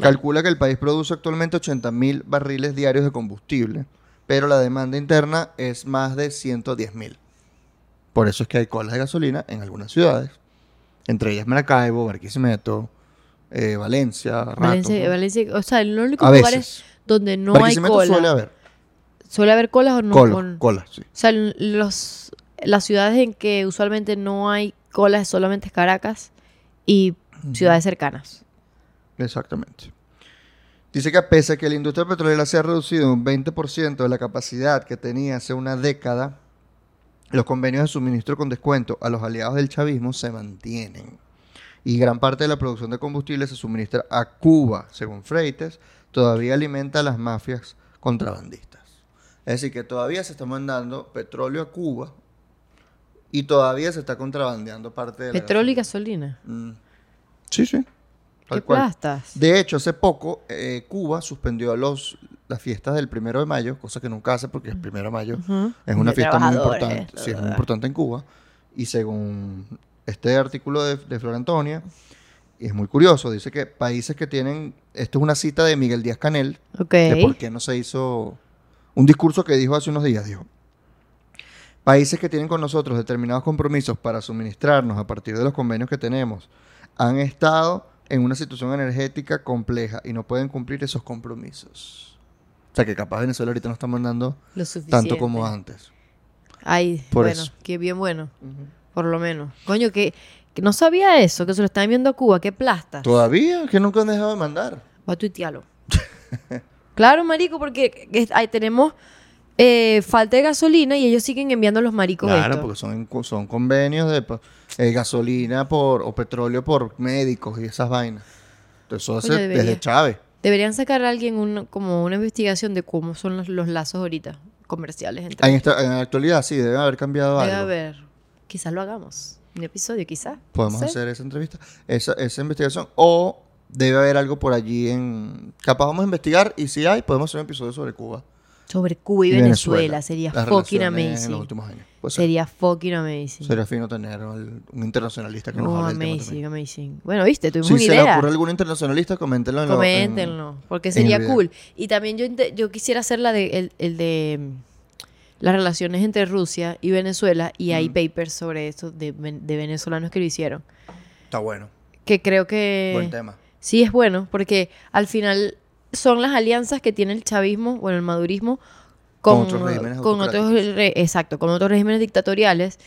[SPEAKER 2] calcula que el país produce actualmente 80 mil barriles diarios de combustible, pero la demanda interna es más de 110 mil. Por eso es que hay colas de gasolina en algunas ciudades, entre ellas Maracaibo, Barquisimeto, eh, Valencia, Rato.
[SPEAKER 1] Valencia, Valencia- o sea, el único
[SPEAKER 2] a
[SPEAKER 1] lugar
[SPEAKER 2] veces.
[SPEAKER 1] donde no hay
[SPEAKER 2] Barquisimeto
[SPEAKER 1] cola.
[SPEAKER 2] suele haber
[SPEAKER 1] ¿Suele haber colas o no?
[SPEAKER 2] cola,
[SPEAKER 1] o no?
[SPEAKER 2] cola, sí.
[SPEAKER 1] O sea, los, las ciudades en que usualmente no hay colas solamente es Caracas y ciudades cercanas.
[SPEAKER 2] Exactamente. Dice que pese a que la industria petrolera se ha reducido un 20% de la capacidad que tenía hace una década, los convenios de suministro con descuento a los aliados del chavismo se mantienen. Y gran parte de la producción de combustible se suministra a Cuba, según Freites, todavía alimenta a las mafias contrabandistas. Es decir, que todavía se está mandando petróleo a Cuba y todavía se está contrabandeando parte de la
[SPEAKER 1] Petróleo y gasolina.
[SPEAKER 2] gasolina. Mm. Sí, sí. Tal
[SPEAKER 1] ¿Qué
[SPEAKER 2] cual.
[SPEAKER 1] plastas?
[SPEAKER 2] De hecho, hace poco eh, Cuba suspendió los, las fiestas del primero de mayo, cosa que nunca hace porque el primero de mayo
[SPEAKER 1] Ujú.
[SPEAKER 2] es una
[SPEAKER 1] De
[SPEAKER 2] fiesta muy
[SPEAKER 1] trabajadores,
[SPEAKER 2] importante. Sí, es muy
[SPEAKER 1] ah.
[SPEAKER 2] importante en Cuba. Y según este artículo de, de Flor Antonia, y es muy curioso, dice que países que tienen. Esto es una cita de Miguel Díaz Canel,
[SPEAKER 1] Ok.
[SPEAKER 2] de por qué no se hizo un discurso que dijo hace unos días, dijo. Países que tienen con nosotros determinados compromisos para suministrarnos a partir de los convenios que tenemos han estado en una situación energética compleja y no pueden cumplir esos compromisos. O sea que capaz Venezuela ahorita no está mandando
[SPEAKER 1] Lo suficiente.
[SPEAKER 2] tanto como antes.
[SPEAKER 1] Ay,
[SPEAKER 2] Por
[SPEAKER 1] bueno,
[SPEAKER 2] eso.
[SPEAKER 1] qué bien bueno. Por lo menos. Coño, que, que no sabía eso, que se lo están viendo a Cuba. ¿Qué plastas?
[SPEAKER 2] Todavía, que nunca han dejado de mandar.
[SPEAKER 1] Va a tuitearlo. claro, marico, porque es- ahí tenemos eh, falta de gasolina y ellos siguen enviando los maricos
[SPEAKER 2] Claro,
[SPEAKER 1] esto.
[SPEAKER 2] porque son, son convenios de pa- eh, gasolina por, o petróleo por médicos y esas vainas. Eso hace
[SPEAKER 1] Coño, debería.
[SPEAKER 2] desde Chávez.
[SPEAKER 1] Deberían sacar a alguien un- como una investigación de cómo son los, los lazos ahorita comerciales entre
[SPEAKER 2] En, esta- en la actualidad sí, debe haber cambiado
[SPEAKER 1] Debe
[SPEAKER 2] algo.
[SPEAKER 1] haber. Quizás lo hagamos. Un episodio, quizás.
[SPEAKER 2] Podemos
[SPEAKER 1] No sé.
[SPEAKER 2] hacer esa entrevista, esa, esa investigación. O debe haber algo por allí en... Capaz vamos a investigar y si hay, podemos hacer un episodio sobre Cuba.
[SPEAKER 1] Sobre Cuba y, Venezuela. Sería
[SPEAKER 2] Las
[SPEAKER 1] fucking
[SPEAKER 2] relaciones En
[SPEAKER 1] amazing.
[SPEAKER 2] los últimos años. Puede ser.
[SPEAKER 1] Sería fucking amazing.
[SPEAKER 2] Sería fino tener al- un internacionalista que nos
[SPEAKER 1] No,
[SPEAKER 2] hable del tema
[SPEAKER 1] amazing,
[SPEAKER 2] también.
[SPEAKER 1] amazing. Bueno, viste, tuvimos
[SPEAKER 2] Si
[SPEAKER 1] una
[SPEAKER 2] se le
[SPEAKER 1] idea.
[SPEAKER 2] ocurre a algún internacionalista, coméntenlo. en lo- en-
[SPEAKER 1] Coméntenlo, porque
[SPEAKER 2] en
[SPEAKER 1] sería
[SPEAKER 2] el video.
[SPEAKER 1] cool. Y también yo, inte- yo quisiera hacer la de, el, el de mm, las relaciones entre Rusia y Venezuela y hay papers sobre eso de, ven- de venezolanos que lo hicieron.
[SPEAKER 2] Está bueno.
[SPEAKER 1] Que creo que...
[SPEAKER 2] Buen tema.
[SPEAKER 1] Sí, es bueno, porque al final son las alianzas que tiene el chavismo, bueno, el madurismo,
[SPEAKER 2] Con
[SPEAKER 1] con,
[SPEAKER 2] otros regímenes
[SPEAKER 1] con otros re- exacto, con otros regímenes dictatoriales.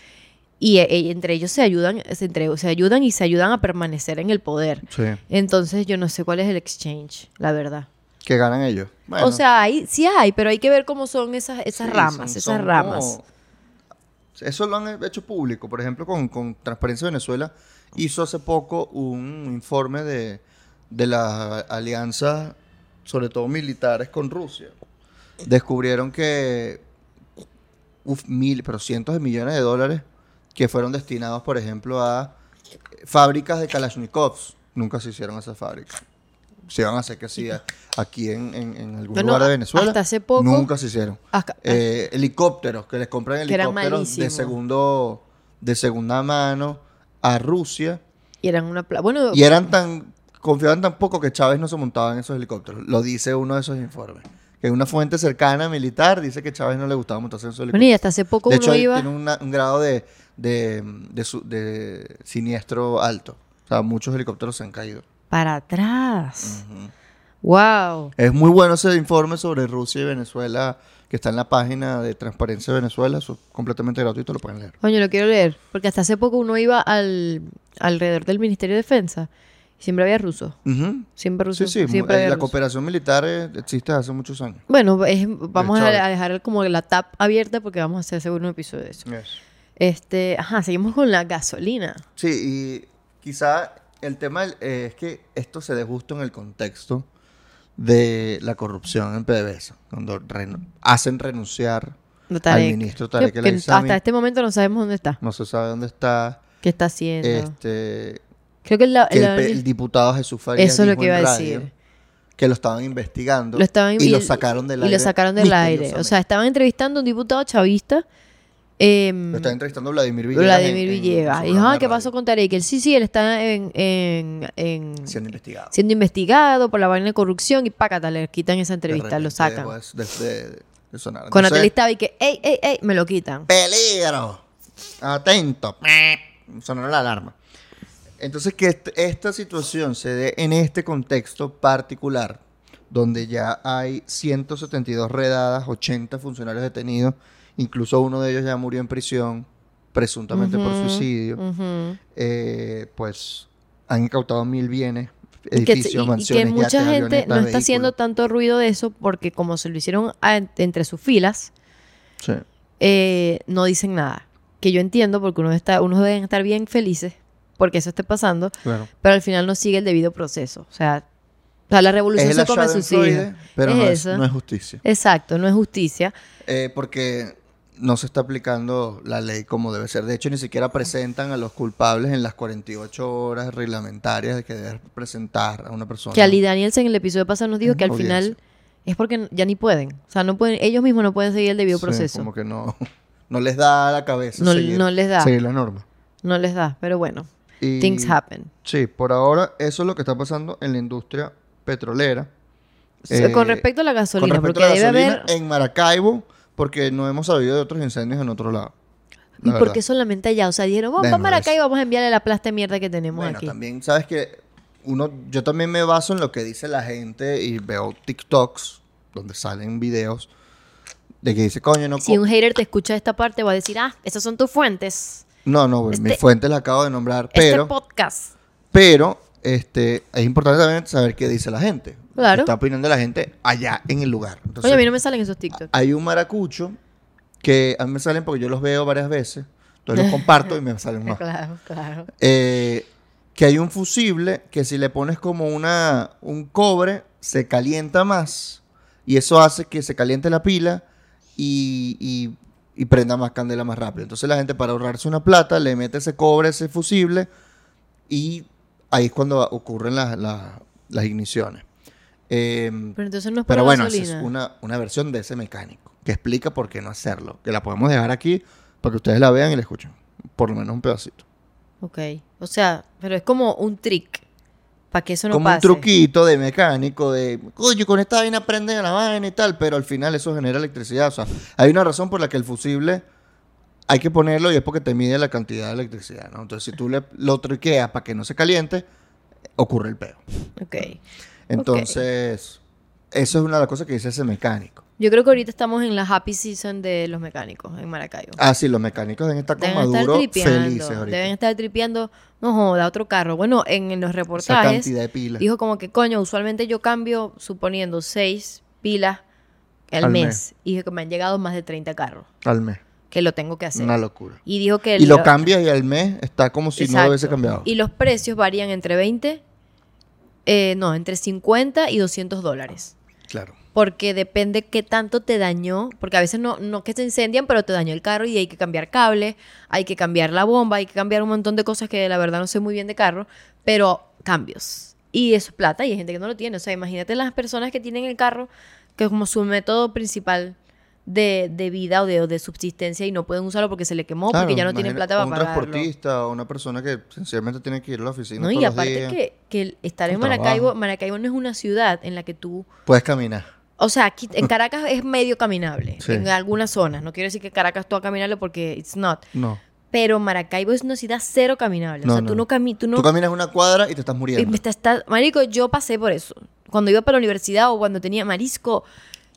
[SPEAKER 1] Y eh, eh, entre ellos se ayudan, se, entre- se ayudan y se ayudan a permanecer en el poder.
[SPEAKER 2] Sí.
[SPEAKER 1] Entonces yo no sé cuál es el exchange, la verdad.
[SPEAKER 2] Que ganan ellos. Bueno,
[SPEAKER 1] o sea, hay, sí hay, pero hay que ver cómo son esas, esas
[SPEAKER 2] sí,
[SPEAKER 1] ramas,
[SPEAKER 2] son-
[SPEAKER 1] esas
[SPEAKER 2] son
[SPEAKER 1] ramas.
[SPEAKER 2] como- Eso lo han hecho público. Por ejemplo, con, con Transparencia Venezuela hizo hace poco un informe de, de las alianzas, sobre todo militares, con Rusia. Descubrieron que uf, mil, pero cientos de millones de dólares que fueron destinados, por ejemplo, a fábricas de Kalashnikovs. Nunca se hicieron esas fábricas. Se van a hacer que sí a- aquí en, en- en algún
[SPEAKER 1] Bueno,
[SPEAKER 2] lugar de Venezuela.
[SPEAKER 1] hasta hace poco-
[SPEAKER 2] Nunca se hicieron.
[SPEAKER 1] Acá-
[SPEAKER 2] Eh, helicópteros, que les compran
[SPEAKER 1] ah. Que eran
[SPEAKER 2] helicópteros de
[SPEAKER 1] malísimos.
[SPEAKER 2] segundo de segunda mano a Rusia
[SPEAKER 1] y eran una... pla- Bueno,
[SPEAKER 2] y eran tan confiaban tan poco que Chávez no se montaba en esos helicópteros. Lo dice uno de esos informes. Que una fuente cercana militar dice que Chávez no le gustaba montarse en esos
[SPEAKER 1] bueno, y
[SPEAKER 2] helicópteros.
[SPEAKER 1] hasta hace poco
[SPEAKER 2] de
[SPEAKER 1] uno
[SPEAKER 2] hecho, él
[SPEAKER 1] iba...
[SPEAKER 2] tiene una- un grado de, de, de su- de siniestro alto. O sea, muchos helicópteros se han caído.
[SPEAKER 1] Para atrás. Wow.
[SPEAKER 2] Es muy bueno ese informe sobre Rusia y Venezuela que está en la página de Transparencia de Venezuela, eso es completamente gratuito, lo pueden leer.
[SPEAKER 1] Coño, lo quiero leer. Porque hasta hace poco uno iba al alrededor del Ministerio de Defensa y siempre había rusos.
[SPEAKER 2] Ujú.
[SPEAKER 1] Siempre rusos.
[SPEAKER 2] Sí, sí, mu-
[SPEAKER 1] siempre
[SPEAKER 2] eh,
[SPEAKER 1] había
[SPEAKER 2] la
[SPEAKER 1] rusos.
[SPEAKER 2] cooperación militar eh, existe hace muchos años.
[SPEAKER 1] Bueno, es- vamos
[SPEAKER 2] Chávez.
[SPEAKER 1] a, a dejar como la tab abierta porque vamos a hacer seguro un episodio de eso. Este, ajá, seguimos con la gasolina.
[SPEAKER 2] Sí, y quizá el tema eh, es que esto se dé justo en el contexto de la corrupción en PDVSA, cuando renu- hacen renunciar
[SPEAKER 1] de Tarek.
[SPEAKER 2] ministro Tarek
[SPEAKER 1] Que-
[SPEAKER 2] El
[SPEAKER 1] que
[SPEAKER 2] Aissami.
[SPEAKER 1] Hasta este momento no sabemos dónde está.
[SPEAKER 2] no se sabe dónde está.
[SPEAKER 1] ¿Qué está haciendo?
[SPEAKER 2] Este,
[SPEAKER 1] Creo que la-
[SPEAKER 2] que el,
[SPEAKER 1] Ah, la-
[SPEAKER 2] pe- el diputado Jesús Farías
[SPEAKER 1] eso es lo
[SPEAKER 2] dijo
[SPEAKER 1] que iba a
[SPEAKER 2] en
[SPEAKER 1] decir.
[SPEAKER 2] radio Que lo estaban investigando.
[SPEAKER 1] Lo estaban-
[SPEAKER 2] y, lo sacaron del
[SPEAKER 1] y
[SPEAKER 2] aire.
[SPEAKER 1] lo sacaron del aire. O sea,
[SPEAKER 2] misteriosamente.
[SPEAKER 1] estaban entrevistando a un diputado chavista. em,
[SPEAKER 2] lo estaba entrevistando Vladimir Villegas.
[SPEAKER 1] Vladimir
[SPEAKER 2] en- en su
[SPEAKER 1] Villegas. Y dijo,
[SPEAKER 2] programa
[SPEAKER 1] ah,
[SPEAKER 2] de
[SPEAKER 1] ¿qué
[SPEAKER 2] radio,
[SPEAKER 1] pasó con Tarek? Él, sí, sí, él está en, en- en-
[SPEAKER 2] Siendo investigado.
[SPEAKER 1] siendo investigado por la vaina de corrupción y pácata, le quitan esa
[SPEAKER 2] De
[SPEAKER 1] entrevista, lo
[SPEAKER 2] repente
[SPEAKER 1] sacan.
[SPEAKER 2] dejó pues, de- de- de- de sonar.
[SPEAKER 1] Con
[SPEAKER 2] Entonces,
[SPEAKER 1] Natalie estaba y que, ey, ey, ey, me lo quitan.
[SPEAKER 2] peligro. Atento. Sonó la alarma. Entonces, que est- esta situación se dé en este contexto particular, donde ya hay 172 redadas, 80 funcionarios detenidos, incluso uno de ellos ya murió en prisión, presuntamente por
[SPEAKER 1] Ujú,
[SPEAKER 2] suicidio,
[SPEAKER 1] ujú.
[SPEAKER 2] eh, pues han incautado mil bienes,
[SPEAKER 1] Y que-
[SPEAKER 2] edificios,
[SPEAKER 1] y- y que,
[SPEAKER 2] mansiones,
[SPEAKER 1] mucha
[SPEAKER 2] yates,
[SPEAKER 1] gente
[SPEAKER 2] avionetas,
[SPEAKER 1] no está
[SPEAKER 2] vehículos.
[SPEAKER 1] haciendo tanto ruido de eso porque como se lo hicieron a- entre sus filas,
[SPEAKER 2] Sí.
[SPEAKER 1] eh, no dicen nada. Que yo entiendo porque uno está, unos deben estar bien felices porque eso esté pasando,
[SPEAKER 2] Claro.
[SPEAKER 1] pero al final no sigue el debido proceso. O sea, o sea, la revolución
[SPEAKER 2] Es
[SPEAKER 1] se
[SPEAKER 2] la
[SPEAKER 1] come sus
[SPEAKER 2] Schadenfreude,
[SPEAKER 1] hijos.
[SPEAKER 2] pero
[SPEAKER 1] Es
[SPEAKER 2] no, es,
[SPEAKER 1] eso.
[SPEAKER 2] no es justicia.
[SPEAKER 1] Exacto, no es justicia.
[SPEAKER 2] Eh, porque no se está aplicando la ley como debe ser. De hecho, ni siquiera presentan a los culpables en las 48 horas reglamentarias que debe presentar a una persona.
[SPEAKER 1] Que Ali Daniels en el episodio pasado nos dijo que al
[SPEAKER 2] Audiencia.
[SPEAKER 1] final es porque ya ni pueden. O sea, no pueden, ellos mismos no pueden seguir el debido
[SPEAKER 2] Sí,
[SPEAKER 1] proceso.
[SPEAKER 2] Como que no, no les da la cabeza
[SPEAKER 1] No-
[SPEAKER 2] seguir,
[SPEAKER 1] no les da.
[SPEAKER 2] seguir la norma.
[SPEAKER 1] No les da, pero bueno.
[SPEAKER 2] Y-
[SPEAKER 1] Things happen.
[SPEAKER 2] Sí, por ahora eso es lo que está pasando en la industria petrolera.
[SPEAKER 1] So,
[SPEAKER 2] Eh,
[SPEAKER 1] con respecto a la
[SPEAKER 2] con
[SPEAKER 1] gasolina,
[SPEAKER 2] respecto
[SPEAKER 1] porque
[SPEAKER 2] a la
[SPEAKER 1] debe
[SPEAKER 2] gasolina,
[SPEAKER 1] haber...
[SPEAKER 2] en Maracaibo, porque no hemos sabido de otros incendios en otro lado.
[SPEAKER 1] ¿Y
[SPEAKER 2] la
[SPEAKER 1] por
[SPEAKER 2] verdad.
[SPEAKER 1] qué solamente allá? O sea, dijeron, vamos
[SPEAKER 2] Bueno,
[SPEAKER 1] para acá
[SPEAKER 2] es-
[SPEAKER 1] y vamos a enviarle la plasta de mierda que tenemos
[SPEAKER 2] Bueno,
[SPEAKER 1] aquí.
[SPEAKER 2] también sabes que uno, yo también me baso en lo que dice la gente y veo TikToks donde salen videos de que dice, coño, no,
[SPEAKER 1] Si
[SPEAKER 2] co-
[SPEAKER 1] un hater te escucha esta parte, va a decir, ah, esas son tus fuentes.
[SPEAKER 2] no, no, güey, mis
[SPEAKER 1] este-
[SPEAKER 2] fuentes las acabo de nombrar,
[SPEAKER 1] este
[SPEAKER 2] pero,
[SPEAKER 1] podcast.
[SPEAKER 2] pero, este, es importante también saber qué dice la gente,
[SPEAKER 1] Claro.
[SPEAKER 2] qué está opinando la gente allá en el lugar. Entonces, ah,
[SPEAKER 1] Oye, a mí no me salen esos TikTok.
[SPEAKER 2] hay un maracucho que a mí me salen porque yo los veo varias veces, entonces los comparto y me salen más.
[SPEAKER 1] Claro, claro.
[SPEAKER 2] eh, que hay un fusible que si le pones como una un cobre se calienta más y eso hace que se caliente la pila y, y- y prenda más candela más rápido. Entonces la gente para ahorrarse una plata le mete ese cobre, ese fusible y ahí es cuando ocurren las, las- las igniciones. Eh,
[SPEAKER 1] Pero entonces no es para
[SPEAKER 2] pero bueno, esa
[SPEAKER 1] gasolina.
[SPEAKER 2] es una, una versión de ese mecánico que explica por qué no hacerlo. Que la podemos dejar aquí para que ustedes la vean y la escuchen. Por lo menos un pedacito.
[SPEAKER 1] Ok. O sea, pero es como un trick para que eso no
[SPEAKER 2] como
[SPEAKER 1] pase.
[SPEAKER 2] un truquito de mecánico de coño con esta vaina prende la vaina y tal pero al final eso genera electricidad o sea hay una razón por la que el fusible hay que ponerlo y es porque te mide la cantidad de electricidad ¿no? entonces si tú le, lo truqueas para que no se caliente ocurre el peo
[SPEAKER 1] Ok.
[SPEAKER 2] entonces eso es una de las cosas que dice ese mecánico
[SPEAKER 1] Yo creo que ahorita estamos en la happy season de los mecánicos en Maracaibo.
[SPEAKER 2] ah sí los mecánicos deben estar con
[SPEAKER 1] Deben estar
[SPEAKER 2] Maduro
[SPEAKER 1] tripeando.
[SPEAKER 2] felices ahorita
[SPEAKER 1] Deben estar tripeando. No joda, otro carro. Bueno, en, en los
[SPEAKER 2] esa
[SPEAKER 1] reportajes.
[SPEAKER 2] cantidad de pilas
[SPEAKER 1] Dijo como que, coño, usualmente yo cambio, suponiendo, seis pilas al,
[SPEAKER 2] Al
[SPEAKER 1] mes.
[SPEAKER 2] mes.
[SPEAKER 1] Y dijo que me han llegado más de 30 carros,
[SPEAKER 2] al mes
[SPEAKER 1] que lo tengo que hacer.
[SPEAKER 2] una locura
[SPEAKER 1] Y dijo que...
[SPEAKER 2] y
[SPEAKER 1] el-
[SPEAKER 2] lo cambias y al mes está como si no
[SPEAKER 1] Exacto.
[SPEAKER 2] lo hubiese cambiado
[SPEAKER 1] Y los precios varían entre 20, eh, no, entre 50 y 200 dólares.
[SPEAKER 2] claro
[SPEAKER 1] Porque depende qué tanto te dañó, porque a veces no, no que se incendian, pero te dañó el carro y hay que cambiar cables, hay que cambiar la bomba, hay que cambiar un montón de cosas que la verdad no sé muy bien de carro, pero cambios. Y eso es plata y hay gente que no lo tiene. O sea, imagínate las personas que tienen el carro que es como su método principal de, de vida o de, o de subsistencia y no pueden usarlo porque se le quemó, porque
[SPEAKER 2] Claro,
[SPEAKER 1] ya no tienen
[SPEAKER 2] imagina-
[SPEAKER 1] plata para
[SPEAKER 2] un
[SPEAKER 1] pagarlo.
[SPEAKER 2] transportista o una persona que sencillamente tiene que ir a la oficina
[SPEAKER 1] No,
[SPEAKER 2] todos
[SPEAKER 1] y
[SPEAKER 2] los
[SPEAKER 1] aparte
[SPEAKER 2] días.
[SPEAKER 1] que, que el estar en
[SPEAKER 2] Un
[SPEAKER 1] Maracaibo,
[SPEAKER 2] trabajo.
[SPEAKER 1] Maracaibo no es una ciudad en la que tú
[SPEAKER 2] Puedes caminar.
[SPEAKER 1] o sea, aquí en Caracas es medio caminable,
[SPEAKER 2] Sí.
[SPEAKER 1] en algunas zonas. No quiero decir que Caracas todo caminable porque it's not.
[SPEAKER 2] No.
[SPEAKER 1] Pero Maracaibo es una ciudad cero caminable. o
[SPEAKER 2] No,
[SPEAKER 1] sea,
[SPEAKER 2] no,
[SPEAKER 1] tú no Eh,
[SPEAKER 2] no.
[SPEAKER 1] caminas, tú no...
[SPEAKER 2] Tú caminas una cuadra y te estás muriendo.
[SPEAKER 1] y me está- está- Marico, yo pasé por eso. cuando iba para la universidad o cuando tenía marisco,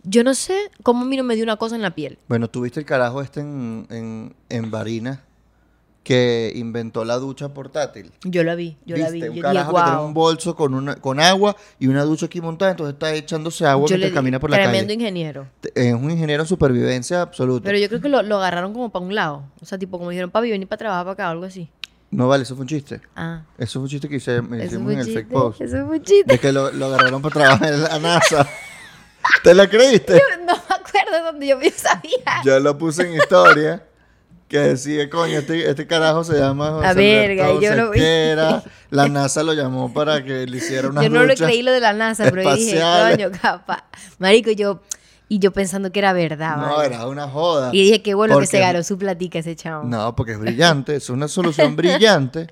[SPEAKER 1] yo no sé cómo a mí no me dio una cosa en la piel.
[SPEAKER 2] Bueno, tuviste el carajo este en, en, en Barinas que inventó la ducha portátil.
[SPEAKER 1] Yo la vi, yo la vi.
[SPEAKER 2] ¿Viste?
[SPEAKER 1] Yo
[SPEAKER 2] Un
[SPEAKER 1] dije,
[SPEAKER 2] carajo que tiene
[SPEAKER 1] "Guau".
[SPEAKER 2] un bolso con, una, con agua y una ducha aquí montada, entonces está echándose agua
[SPEAKER 1] Yo le
[SPEAKER 2] mientras
[SPEAKER 1] di-
[SPEAKER 2] camina por la
[SPEAKER 1] tremendo
[SPEAKER 2] calle.
[SPEAKER 1] ingeniero.
[SPEAKER 2] Te- Es un ingeniero de supervivencia absoluto.
[SPEAKER 1] Pero yo creo que lo, lo agarraron como para un lado. O sea, tipo, como dijeron, papi, vení para trabajar para acá o algo así.
[SPEAKER 2] No vale, eso fue un chiste.
[SPEAKER 1] Ah.
[SPEAKER 2] Eso fue un chiste que hice- me
[SPEAKER 1] Eso
[SPEAKER 2] hicimos
[SPEAKER 1] fue
[SPEAKER 2] en el
[SPEAKER 1] chiste,
[SPEAKER 2] fake post.
[SPEAKER 1] Eso fue chiste.
[SPEAKER 2] De que lo, lo agarraron para trabajar en la NASA. ¿Te la creíste?
[SPEAKER 1] No me acuerdo dónde yo, yo sabía.
[SPEAKER 2] Yo lo puse en historia. Que decía, coño, este, este carajo se llama José
[SPEAKER 1] La verga,
[SPEAKER 2] Alberto
[SPEAKER 1] yo lo vi.
[SPEAKER 2] Sequera. La NASA lo llamó para que le hiciera una
[SPEAKER 1] Yo no le creí lo de la NASA, pero yo dije,
[SPEAKER 2] espaciales.
[SPEAKER 1] coño, capaz. Marico, yo. Y yo pensando que era verdad,
[SPEAKER 2] No,
[SPEAKER 1] marico.
[SPEAKER 2] era una joda.
[SPEAKER 1] Y dije, qué bueno
[SPEAKER 2] Porque-
[SPEAKER 1] que se ganó su platica ese chavo.
[SPEAKER 2] No, porque es brillante. Es una solución brillante.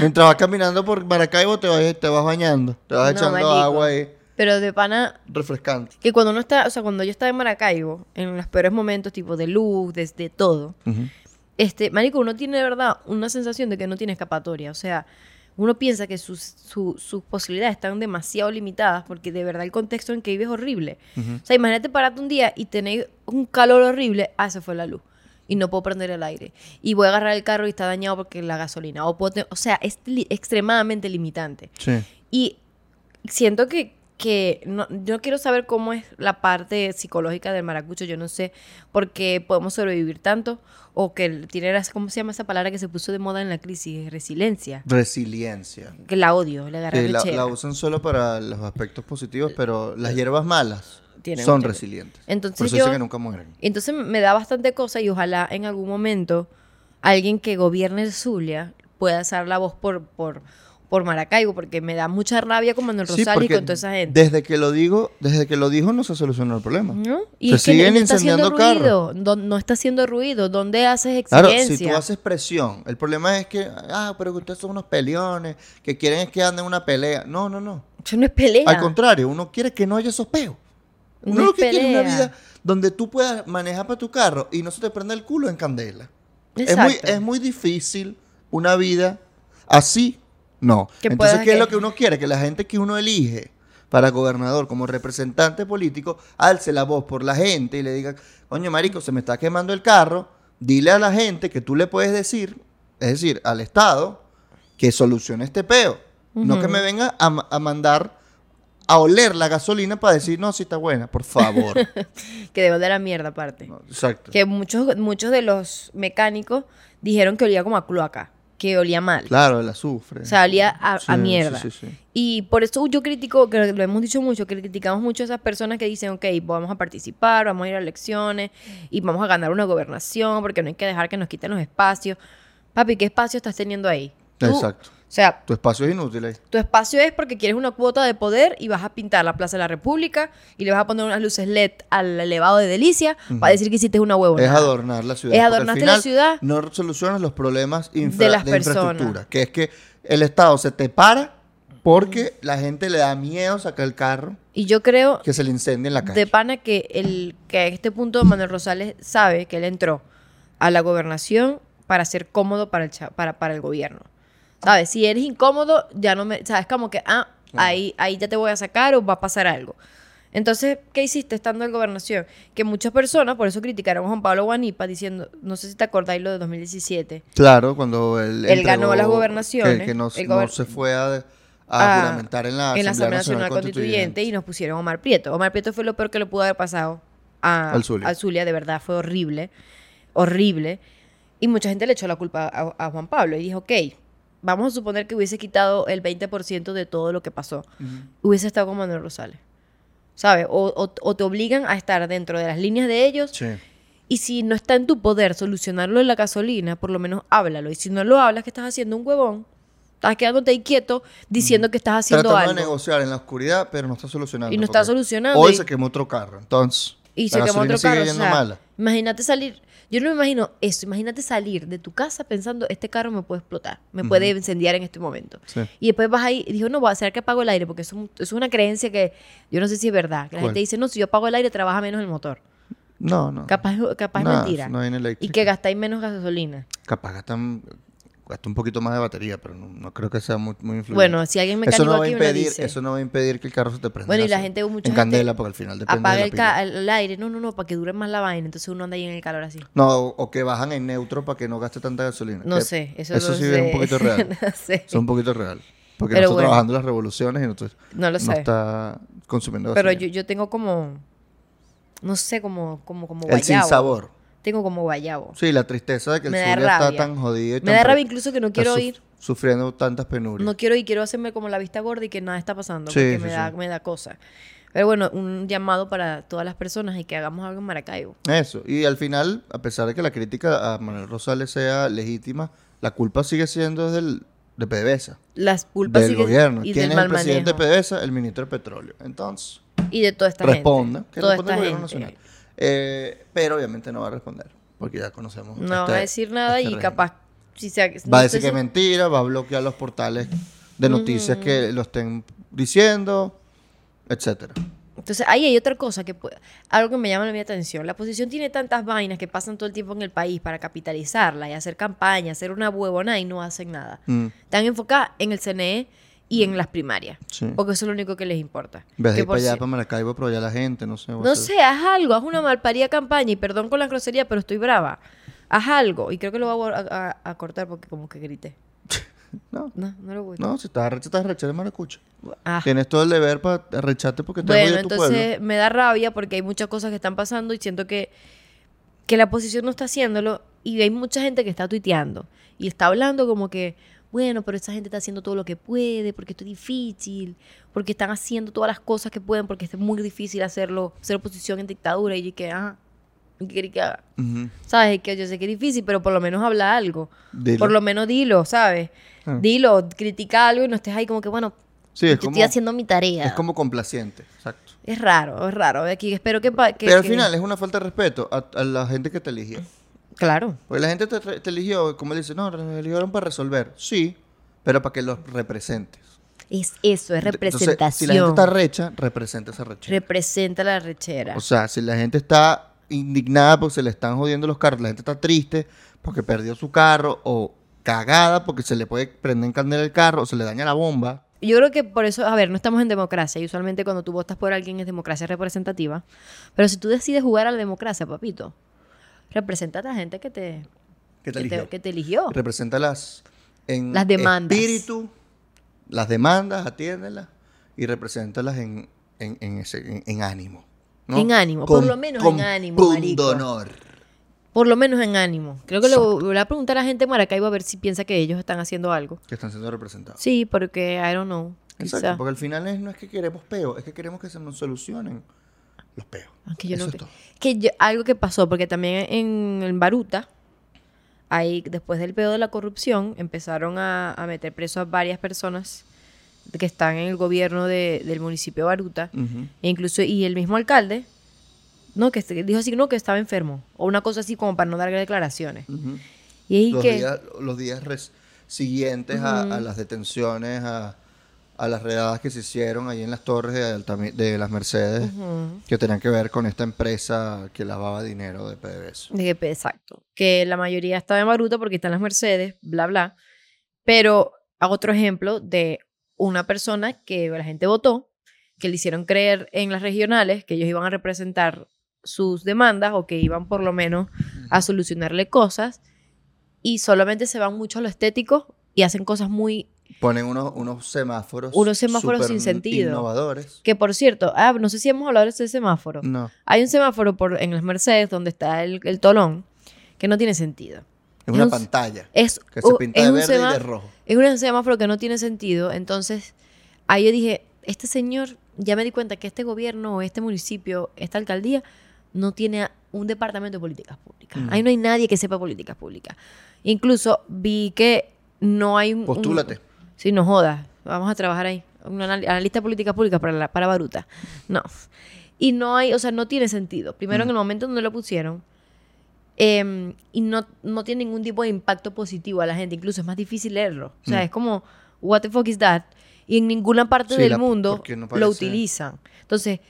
[SPEAKER 2] Mientras vas caminando por Maracaibo, te vas, te vas bañando. Te
[SPEAKER 1] No,
[SPEAKER 2] vas echando
[SPEAKER 1] marico.
[SPEAKER 2] agua ahí,
[SPEAKER 1] Pero de pana,
[SPEAKER 2] refrescante.
[SPEAKER 1] que cuando uno está, o sea, cuando yo estaba en Maracaibo, en los peores momentos, tipo de luz, de, de todo,
[SPEAKER 2] Ujú.
[SPEAKER 1] este, marico, uno tiene de verdad una sensación de que no tiene escapatoria. O sea, uno piensa que sus, su- sus posibilidades están demasiado limitadas porque de verdad el contexto en que vives es horrible. O sea, imagínate pararte un día y tener un calor horrible, ah, se fue la luz. Y no puedo prender el aire. Y voy a agarrar el carro y está dañado porque la gasolina. O, puedo te- o sea, es li- extremadamente limitante.
[SPEAKER 2] Sí.
[SPEAKER 1] Y siento que, que no, yo quiero saber cómo es la parte psicológica del maracucho. Yo no sé por qué podemos sobrevivir tanto o que el- tiene, esa- ¿cómo se llama esa palabra que se puso de moda en la crisis? Resiliencia.
[SPEAKER 2] Resiliencia.
[SPEAKER 1] Que la odio, la
[SPEAKER 2] Sí,
[SPEAKER 1] agarré
[SPEAKER 2] la,
[SPEAKER 1] rechera.
[SPEAKER 2] la usan solo para los aspectos positivos, pero las hierbas malas
[SPEAKER 1] Eh, Tienen-
[SPEAKER 2] son
[SPEAKER 1] tienen.
[SPEAKER 2] resilientes.
[SPEAKER 1] Entonces
[SPEAKER 2] Por eso
[SPEAKER 1] yo-
[SPEAKER 2] dicen que nunca mueren.
[SPEAKER 1] Entonces me da bastante cosa y ojalá en algún momento alguien que gobierne el Zulia pueda alzar la voz por, por, por Maracaibo, porque me da mucha rabia como en el
[SPEAKER 2] Sí,
[SPEAKER 1] Rosales y
[SPEAKER 2] porque
[SPEAKER 1] con toda esa gente.
[SPEAKER 2] Desde que lo digo, desde que lo dijo no se solucionó el problema.
[SPEAKER 1] ¿No? Y
[SPEAKER 2] se
[SPEAKER 1] es que no-
[SPEAKER 2] siguen
[SPEAKER 1] no está haciendo
[SPEAKER 2] incendiando carros.
[SPEAKER 1] ruido, no, no está haciendo ruido, ¿dónde haces
[SPEAKER 2] Claro,
[SPEAKER 1] exigencia?
[SPEAKER 2] si tú haces presión, el problema es que, ah, pero que ustedes son unos peleones, que quieren es que anden una pelea. No, no, no.
[SPEAKER 1] Eso no es pelea.
[SPEAKER 2] Al contrario, uno quiere que no haya esos peos. Uno
[SPEAKER 1] No es
[SPEAKER 2] lo que quiere es una
[SPEAKER 1] pelea.
[SPEAKER 2] vida donde tú puedas manejar para tu carro y no se te prenda el culo en candela. Es muy,
[SPEAKER 1] Exacto.
[SPEAKER 2] es muy difícil una vida así. No.
[SPEAKER 1] Que
[SPEAKER 2] Entonces,
[SPEAKER 1] puedas
[SPEAKER 2] ¿qué es
[SPEAKER 1] que-
[SPEAKER 2] lo que uno quiere? Que la gente que uno elige para gobernador, como representante político, alce la voz por la gente y le diga, coño, marico, se me está quemando el carro, dile a la gente que tú le puedes decir, es decir, al Estado, que solucione este peo. No que me venga a, ma- a mandar a oler la gasolina para decir, no, si está buena, por favor.
[SPEAKER 1] Que debo de la mierda aparte.
[SPEAKER 2] No, Exacto.
[SPEAKER 1] Que muchos, muchos de los mecánicos dijeron que olía como a cloaca, que olía mal.
[SPEAKER 2] Claro, el azufre.
[SPEAKER 1] O sea, olía a, a
[SPEAKER 2] Sí, sí,
[SPEAKER 1] mierda.
[SPEAKER 2] sí, sí.
[SPEAKER 1] Y por eso yo critico, que lo hemos dicho mucho, que criticamos mucho a esas personas que dicen, ok, vamos a participar, vamos a ir a elecciones y vamos a ganar una gobernación porque no hay que dejar que nos quiten los espacios. Papi, ¿qué espacio estás teniendo ahí? Tú-
[SPEAKER 2] Exacto.
[SPEAKER 1] O sea,
[SPEAKER 2] Tu espacio es inútil ahí.
[SPEAKER 1] Tu espacio es porque quieres una cuota de poder y vas a pintar la Plaza de la República y le vas a poner unas luces LED al elevado de Delicia para decir que hiciste una huevona.
[SPEAKER 2] Es adornar la ciudad.
[SPEAKER 1] Es
[SPEAKER 2] porque al
[SPEAKER 1] adornaste la
[SPEAKER 2] final
[SPEAKER 1] ciudad.
[SPEAKER 2] No solucionas los problemas infra-
[SPEAKER 1] De las
[SPEAKER 2] infraestructura.
[SPEAKER 1] personas.
[SPEAKER 2] Que es que el Estado se te para porque la gente le da miedo sacar el carro
[SPEAKER 1] Y yo creo
[SPEAKER 2] que se le incendie en la
[SPEAKER 1] de
[SPEAKER 2] calle.
[SPEAKER 1] pana que, el, que a este punto Manuel Rosales sabe que él entró a la gobernación para ser cómodo para el, cha- para, para el gobierno. ¿Sabes? Si eres incómodo, ya no me... ¿Sabes? Como que, ah, ahí, ahí ya te voy a sacar o va a pasar algo. Entonces, ¿qué hiciste estando en gobernación? Que muchas personas, por eso criticaron a Juan Pablo Guanipa diciendo, no sé si te acordáis lo de 2017,
[SPEAKER 2] Claro, cuando él,
[SPEAKER 1] Él
[SPEAKER 2] entregó-
[SPEAKER 1] ganó las gobernaciones,
[SPEAKER 2] Que, que no,
[SPEAKER 1] el
[SPEAKER 2] no
[SPEAKER 1] gober- Ah,
[SPEAKER 2] se fue a, a
[SPEAKER 1] a-
[SPEAKER 2] juramentar en la, Asamblea, Nacional, Constituyente.
[SPEAKER 1] y nos pusieron a Omar Prieto. Omar Prieto fue lo peor que le pudo haber pasado a,
[SPEAKER 2] Al Zulia.
[SPEAKER 1] al de verdad, fue horrible, horrible. Y mucha gente le echó la culpa a, a Juan Pablo y dijo, ok, vamos a suponer que hubiese quitado el 20% de todo lo que pasó. Hubiese estado con Manuel Rosales, ¿sabes? O, o- o te obligan a estar dentro de las líneas de ellos
[SPEAKER 2] Sí.
[SPEAKER 1] y si no está en tu poder solucionarlo en la gasolina, por lo menos háblalo. Y si no lo hablas, que estás haciendo un huevón, estás quedándote ahí quieto diciendo que estás haciendo
[SPEAKER 2] Mm. Tratando de
[SPEAKER 1] algo.
[SPEAKER 2] negociar en la oscuridad, pero no está solucionando.
[SPEAKER 1] Y no está
[SPEAKER 2] porque
[SPEAKER 1] solucionando,
[SPEAKER 2] Hoy
[SPEAKER 1] y-
[SPEAKER 2] se quemó otro carro, entonces.
[SPEAKER 1] Y
[SPEAKER 2] la
[SPEAKER 1] se quemó
[SPEAKER 2] gasolina
[SPEAKER 1] otro
[SPEAKER 2] sigue
[SPEAKER 1] carro. O
[SPEAKER 2] yendo
[SPEAKER 1] sea,
[SPEAKER 2] mala.
[SPEAKER 1] imagínate salir. Yo no me imagino eso. Imagínate salir de tu casa pensando, este carro me puede explotar, me puede incendiar en este momento.
[SPEAKER 2] Sí.
[SPEAKER 1] Y después vas ahí y dijo, no, voy a hacer que apago el aire, porque eso es un- eso es una creencia que yo no sé si es verdad. Que la
[SPEAKER 2] ¿Cuál?
[SPEAKER 1] gente dice, no, si yo apago el aire, trabaja menos el motor.
[SPEAKER 2] No, no.
[SPEAKER 1] Capaz, capaz es
[SPEAKER 2] Nah,
[SPEAKER 1] mentira.
[SPEAKER 2] No hay en
[SPEAKER 1] y
[SPEAKER 2] eléctrica.
[SPEAKER 1] que gastáis menos gasolina.
[SPEAKER 2] Capaz gastan Cuesta un poquito más de batería, pero no, no creo que sea muy, muy influyente.
[SPEAKER 1] Bueno, si alguien mecánico
[SPEAKER 2] eso no va a
[SPEAKER 1] aquí me lo
[SPEAKER 2] impedir,
[SPEAKER 1] dice.
[SPEAKER 2] eso no va a impedir que el carro se te prenda.
[SPEAKER 1] Bueno, y la
[SPEAKER 2] así,
[SPEAKER 1] gente, mucha
[SPEAKER 2] en
[SPEAKER 1] gente
[SPEAKER 2] candela, porque al final depende de
[SPEAKER 1] Apaga
[SPEAKER 2] la
[SPEAKER 1] el,
[SPEAKER 2] pila.
[SPEAKER 1] ca- el aire. No, no, no, para que dure más la vaina. Entonces uno anda ahí en el calor así.
[SPEAKER 2] No, o o que bajan en neutro para que no gaste tanta gasolina.
[SPEAKER 1] No
[SPEAKER 2] que
[SPEAKER 1] sé, eso,
[SPEAKER 2] Eh, Eso
[SPEAKER 1] no
[SPEAKER 2] sí
[SPEAKER 1] sé.
[SPEAKER 2] es un poquito real.
[SPEAKER 1] no sé.
[SPEAKER 2] Eso es un poquito real. Porque
[SPEAKER 1] Pero
[SPEAKER 2] no está
[SPEAKER 1] bueno.
[SPEAKER 2] trabajando las revoluciones y no, está-
[SPEAKER 1] No lo
[SPEAKER 2] no
[SPEAKER 1] sé.
[SPEAKER 2] está consumiendo
[SPEAKER 1] Pero
[SPEAKER 2] gasolina.
[SPEAKER 1] yo, yo tengo como. No sé, como, como, como
[SPEAKER 2] El sin
[SPEAKER 1] guayabo.
[SPEAKER 2] sabor.
[SPEAKER 1] Tengo como guayabo.
[SPEAKER 2] Sí, la tristeza de que el
[SPEAKER 1] Me
[SPEAKER 2] sur
[SPEAKER 1] da
[SPEAKER 2] ya está
[SPEAKER 1] rabia.
[SPEAKER 2] tan jodido. y
[SPEAKER 1] Me
[SPEAKER 2] tan
[SPEAKER 1] da
[SPEAKER 2] pre-
[SPEAKER 1] rabia incluso que no
[SPEAKER 2] está
[SPEAKER 1] quiero
[SPEAKER 2] suf-
[SPEAKER 1] ir.
[SPEAKER 2] Sufriendo tantas penurias.
[SPEAKER 1] No quiero ir, quiero hacerme como la vista gorda y que nada está pasando.
[SPEAKER 2] Sí,
[SPEAKER 1] porque
[SPEAKER 2] sí,
[SPEAKER 1] me,
[SPEAKER 2] sí.
[SPEAKER 1] da, me da cosa. Pero bueno, un llamado para todas las personas y que hagamos algo en Maracaibo.
[SPEAKER 2] Eso. Y al final, a pesar de que la crítica a Manuel Rosales sea legítima, la culpa sigue siendo del, de PDVSA.
[SPEAKER 1] Las culpas
[SPEAKER 2] del
[SPEAKER 1] siguen-
[SPEAKER 2] gobierno.
[SPEAKER 1] y del
[SPEAKER 2] ¿Quién es el
[SPEAKER 1] mal
[SPEAKER 2] presidente
[SPEAKER 1] manejo.
[SPEAKER 2] de PDVSA? El ministro de Petróleo. Entonces,
[SPEAKER 1] Y de toda esta
[SPEAKER 2] responda.
[SPEAKER 1] gente.
[SPEAKER 2] Que
[SPEAKER 1] Toda
[SPEAKER 2] responda
[SPEAKER 1] esta
[SPEAKER 2] el gobierno
[SPEAKER 1] gente.
[SPEAKER 2] nacional. Eh, pero obviamente no va a responder, porque ya conocemos.
[SPEAKER 1] No
[SPEAKER 2] este-
[SPEAKER 1] va a decir nada
[SPEAKER 2] este
[SPEAKER 1] y
[SPEAKER 2] régimen.
[SPEAKER 1] capaz. Si sea,
[SPEAKER 2] Va
[SPEAKER 1] no
[SPEAKER 2] a decir que
[SPEAKER 1] estoy
[SPEAKER 2] es mentira, va a bloquear los portales de noticias que lo estén diciendo, etcétera.
[SPEAKER 1] Entonces, ahí hay otra cosa que puede- algo que me llama la mi atención. La oposición tiene tantas vainas que pasan todo el tiempo en el país para capitalizarla y hacer campaña, hacer una huevona y no hacen nada.
[SPEAKER 2] Mm.
[SPEAKER 1] Están enfocadas en el CNE y en las primarias.
[SPEAKER 2] Sí.
[SPEAKER 1] Porque eso es lo único que les importa.
[SPEAKER 2] Ves
[SPEAKER 1] Que
[SPEAKER 2] ir
[SPEAKER 1] por
[SPEAKER 2] para allá,
[SPEAKER 1] si-
[SPEAKER 2] para Maracaibo, pero allá la gente, no sé. va a
[SPEAKER 1] no
[SPEAKER 2] ser-
[SPEAKER 1] sé, haz algo, haz una malparida campaña y perdón con las groserías, pero estoy brava. Haz algo. Y creo que lo voy a, a- a cortar porque como que grité.
[SPEAKER 2] No,
[SPEAKER 1] No, no lo voy a...
[SPEAKER 2] no, si estás arrecha, estás arrecha, eres maracucha.
[SPEAKER 1] pues. Ah.
[SPEAKER 2] Tienes todo el deber para arrecharte porque te
[SPEAKER 1] Bueno,
[SPEAKER 2] odia tu pueblo.
[SPEAKER 1] entonces me da rabia porque hay muchas cosas que están pasando y siento que, que la oposición no está haciéndolo y hay mucha gente que está tuiteando y está hablando como que, bueno, pero esa gente está haciendo todo lo que puede porque esto es difícil, porque están haciendo todas las cosas que pueden porque es muy difícil hacerlo, ser oposición en dictadura y yo que, ajá, ¿qué querés que haga?
[SPEAKER 2] Ujú.
[SPEAKER 1] ¿Sabes? Es Que yo sé que es difícil, pero por lo menos habla algo.
[SPEAKER 2] Dilo.
[SPEAKER 1] Por lo menos dilo, ¿sabes?
[SPEAKER 2] Ah.
[SPEAKER 1] Dilo, critica algo y no estés ahí como que, bueno,
[SPEAKER 2] Sí,
[SPEAKER 1] yo
[SPEAKER 2] es como,
[SPEAKER 1] estoy haciendo mi tarea.
[SPEAKER 2] es como complaciente, exacto.
[SPEAKER 1] Es raro, es raro. Aquí espero que, pa- que-
[SPEAKER 2] pero al
[SPEAKER 1] que-
[SPEAKER 2] final es una falta de respeto a, a la gente que te eligió.
[SPEAKER 1] Claro.
[SPEAKER 2] Porque la gente te, te eligió, como él dice, no, nos eligieron para resolver. Sí, pero para que los representes.
[SPEAKER 1] Es eso, es Pues
[SPEAKER 2] Entonces,
[SPEAKER 1] representación.
[SPEAKER 2] si la gente está recha, representa esa recha.
[SPEAKER 1] Representa la rechera.
[SPEAKER 2] O sea, si la gente está indignada porque se le están jodiendo los carros, la gente está triste porque perdió su carro o cagada porque se le puede prender en candela el carro o se le daña la bomba.
[SPEAKER 1] Yo creo que por eso, a ver, no estamos en democracia y usualmente cuando tú votas por alguien es democracia representativa. Pero si tú decides jugar a la democracia, papito, representa a la gente que te,
[SPEAKER 2] ¿Qué
[SPEAKER 1] que te, que te eligió.
[SPEAKER 2] Representa las en
[SPEAKER 1] Las demandas.
[SPEAKER 2] espíritu, las demandas, atiéndelas y represéntalas en, en, en ese- en- en ánimo. ¿no?
[SPEAKER 1] En ánimo, por lo menos en
[SPEAKER 2] con
[SPEAKER 1] ánimo, marico.
[SPEAKER 2] pundonor.
[SPEAKER 1] Por lo menos en ánimo. Creo que le voy a preguntar a la gente de Maracaibo a ver si piensa que ellos están haciendo algo.
[SPEAKER 2] que están siendo representados.
[SPEAKER 1] Sí, porque I don't know.
[SPEAKER 2] Exacto,
[SPEAKER 1] quizá.
[SPEAKER 2] porque al final es, no es que queremos peos, es que queremos que se nos solucionen los peos.
[SPEAKER 1] Aunque yo
[SPEAKER 2] Eso
[SPEAKER 1] no
[SPEAKER 2] es
[SPEAKER 1] cre-
[SPEAKER 2] todo.
[SPEAKER 1] Ah, que yo- algo que pasó porque también en, en Baruta ahí después del pedo de la corrupción empezaron a, a meter preso a varias personas que están en el gobierno de- del municipio de Baruta
[SPEAKER 2] Ujú.
[SPEAKER 1] e incluso y el mismo alcalde no que se- dijo así no que estaba enfermo o una cosa así como para no dar declaraciones
[SPEAKER 2] Ujú.
[SPEAKER 1] y es
[SPEAKER 2] los,
[SPEAKER 1] que
[SPEAKER 2] días, los días res- siguientes a- a, las detenciones, a, a las redadas que se hicieron ahí en las torres de, Altami- de las Mercedes, que tenían que ver con esta empresa que lavaba dinero de PDVSA.
[SPEAKER 1] De que- exacto. Que la mayoría estaba en Baruta porque están las Mercedes, bla, bla. Pero hago otro ejemplo de una persona que la gente votó, que le hicieron creer en las regionales que ellos iban a representar sus demandas o que iban por lo menos a solucionarle cosas y solamente se van mucho a lo estético y hacen cosas muy
[SPEAKER 2] Ponen unos, unos semáforos.
[SPEAKER 1] Unos semáforos
[SPEAKER 2] súper
[SPEAKER 1] sin sentido.
[SPEAKER 2] Innovadores.
[SPEAKER 1] que por cierto, ah, no sé si hemos hablado de ese semáforo.
[SPEAKER 2] No.
[SPEAKER 1] Hay un semáforo por, en las Mercedes donde está el, el tolón que no tiene sentido.
[SPEAKER 2] Es una
[SPEAKER 1] un-
[SPEAKER 2] pantalla
[SPEAKER 1] Es,
[SPEAKER 2] que se
[SPEAKER 1] u-
[SPEAKER 2] pinta
[SPEAKER 1] es
[SPEAKER 2] de
[SPEAKER 1] un
[SPEAKER 2] verde y de
[SPEAKER 1] semáforo-
[SPEAKER 2] rojo.
[SPEAKER 1] Es un semáforo que no tiene sentido. Entonces, ahí yo dije, este señor, ya me di cuenta que este gobierno o este municipio, esta alcaldía, no tiene a- un departamento de políticas públicas.
[SPEAKER 2] Mm.
[SPEAKER 1] Ahí no hay nadie que sepa políticas públicas. Incluso vi que no hay... un-
[SPEAKER 2] Postúlate.
[SPEAKER 1] Sí, no jodas. Vamos a trabajar ahí. Un anal- analista de políticas públicas para, la- para Baruta. No. Y no hay, o sea, no tiene sentido. Primero,
[SPEAKER 2] Mm.
[SPEAKER 1] en el momento donde lo pusieron, eh, y no, no tiene ningún tipo de impacto positivo a la gente. Incluso es más difícil leerlo. O sea,
[SPEAKER 2] Mm.
[SPEAKER 1] es como, what the fuck is that? Y en ninguna parte
[SPEAKER 2] Sí,
[SPEAKER 1] del
[SPEAKER 2] la-
[SPEAKER 1] mundo
[SPEAKER 2] porque no
[SPEAKER 1] lo
[SPEAKER 2] parece-
[SPEAKER 1] utilizan. Entonces,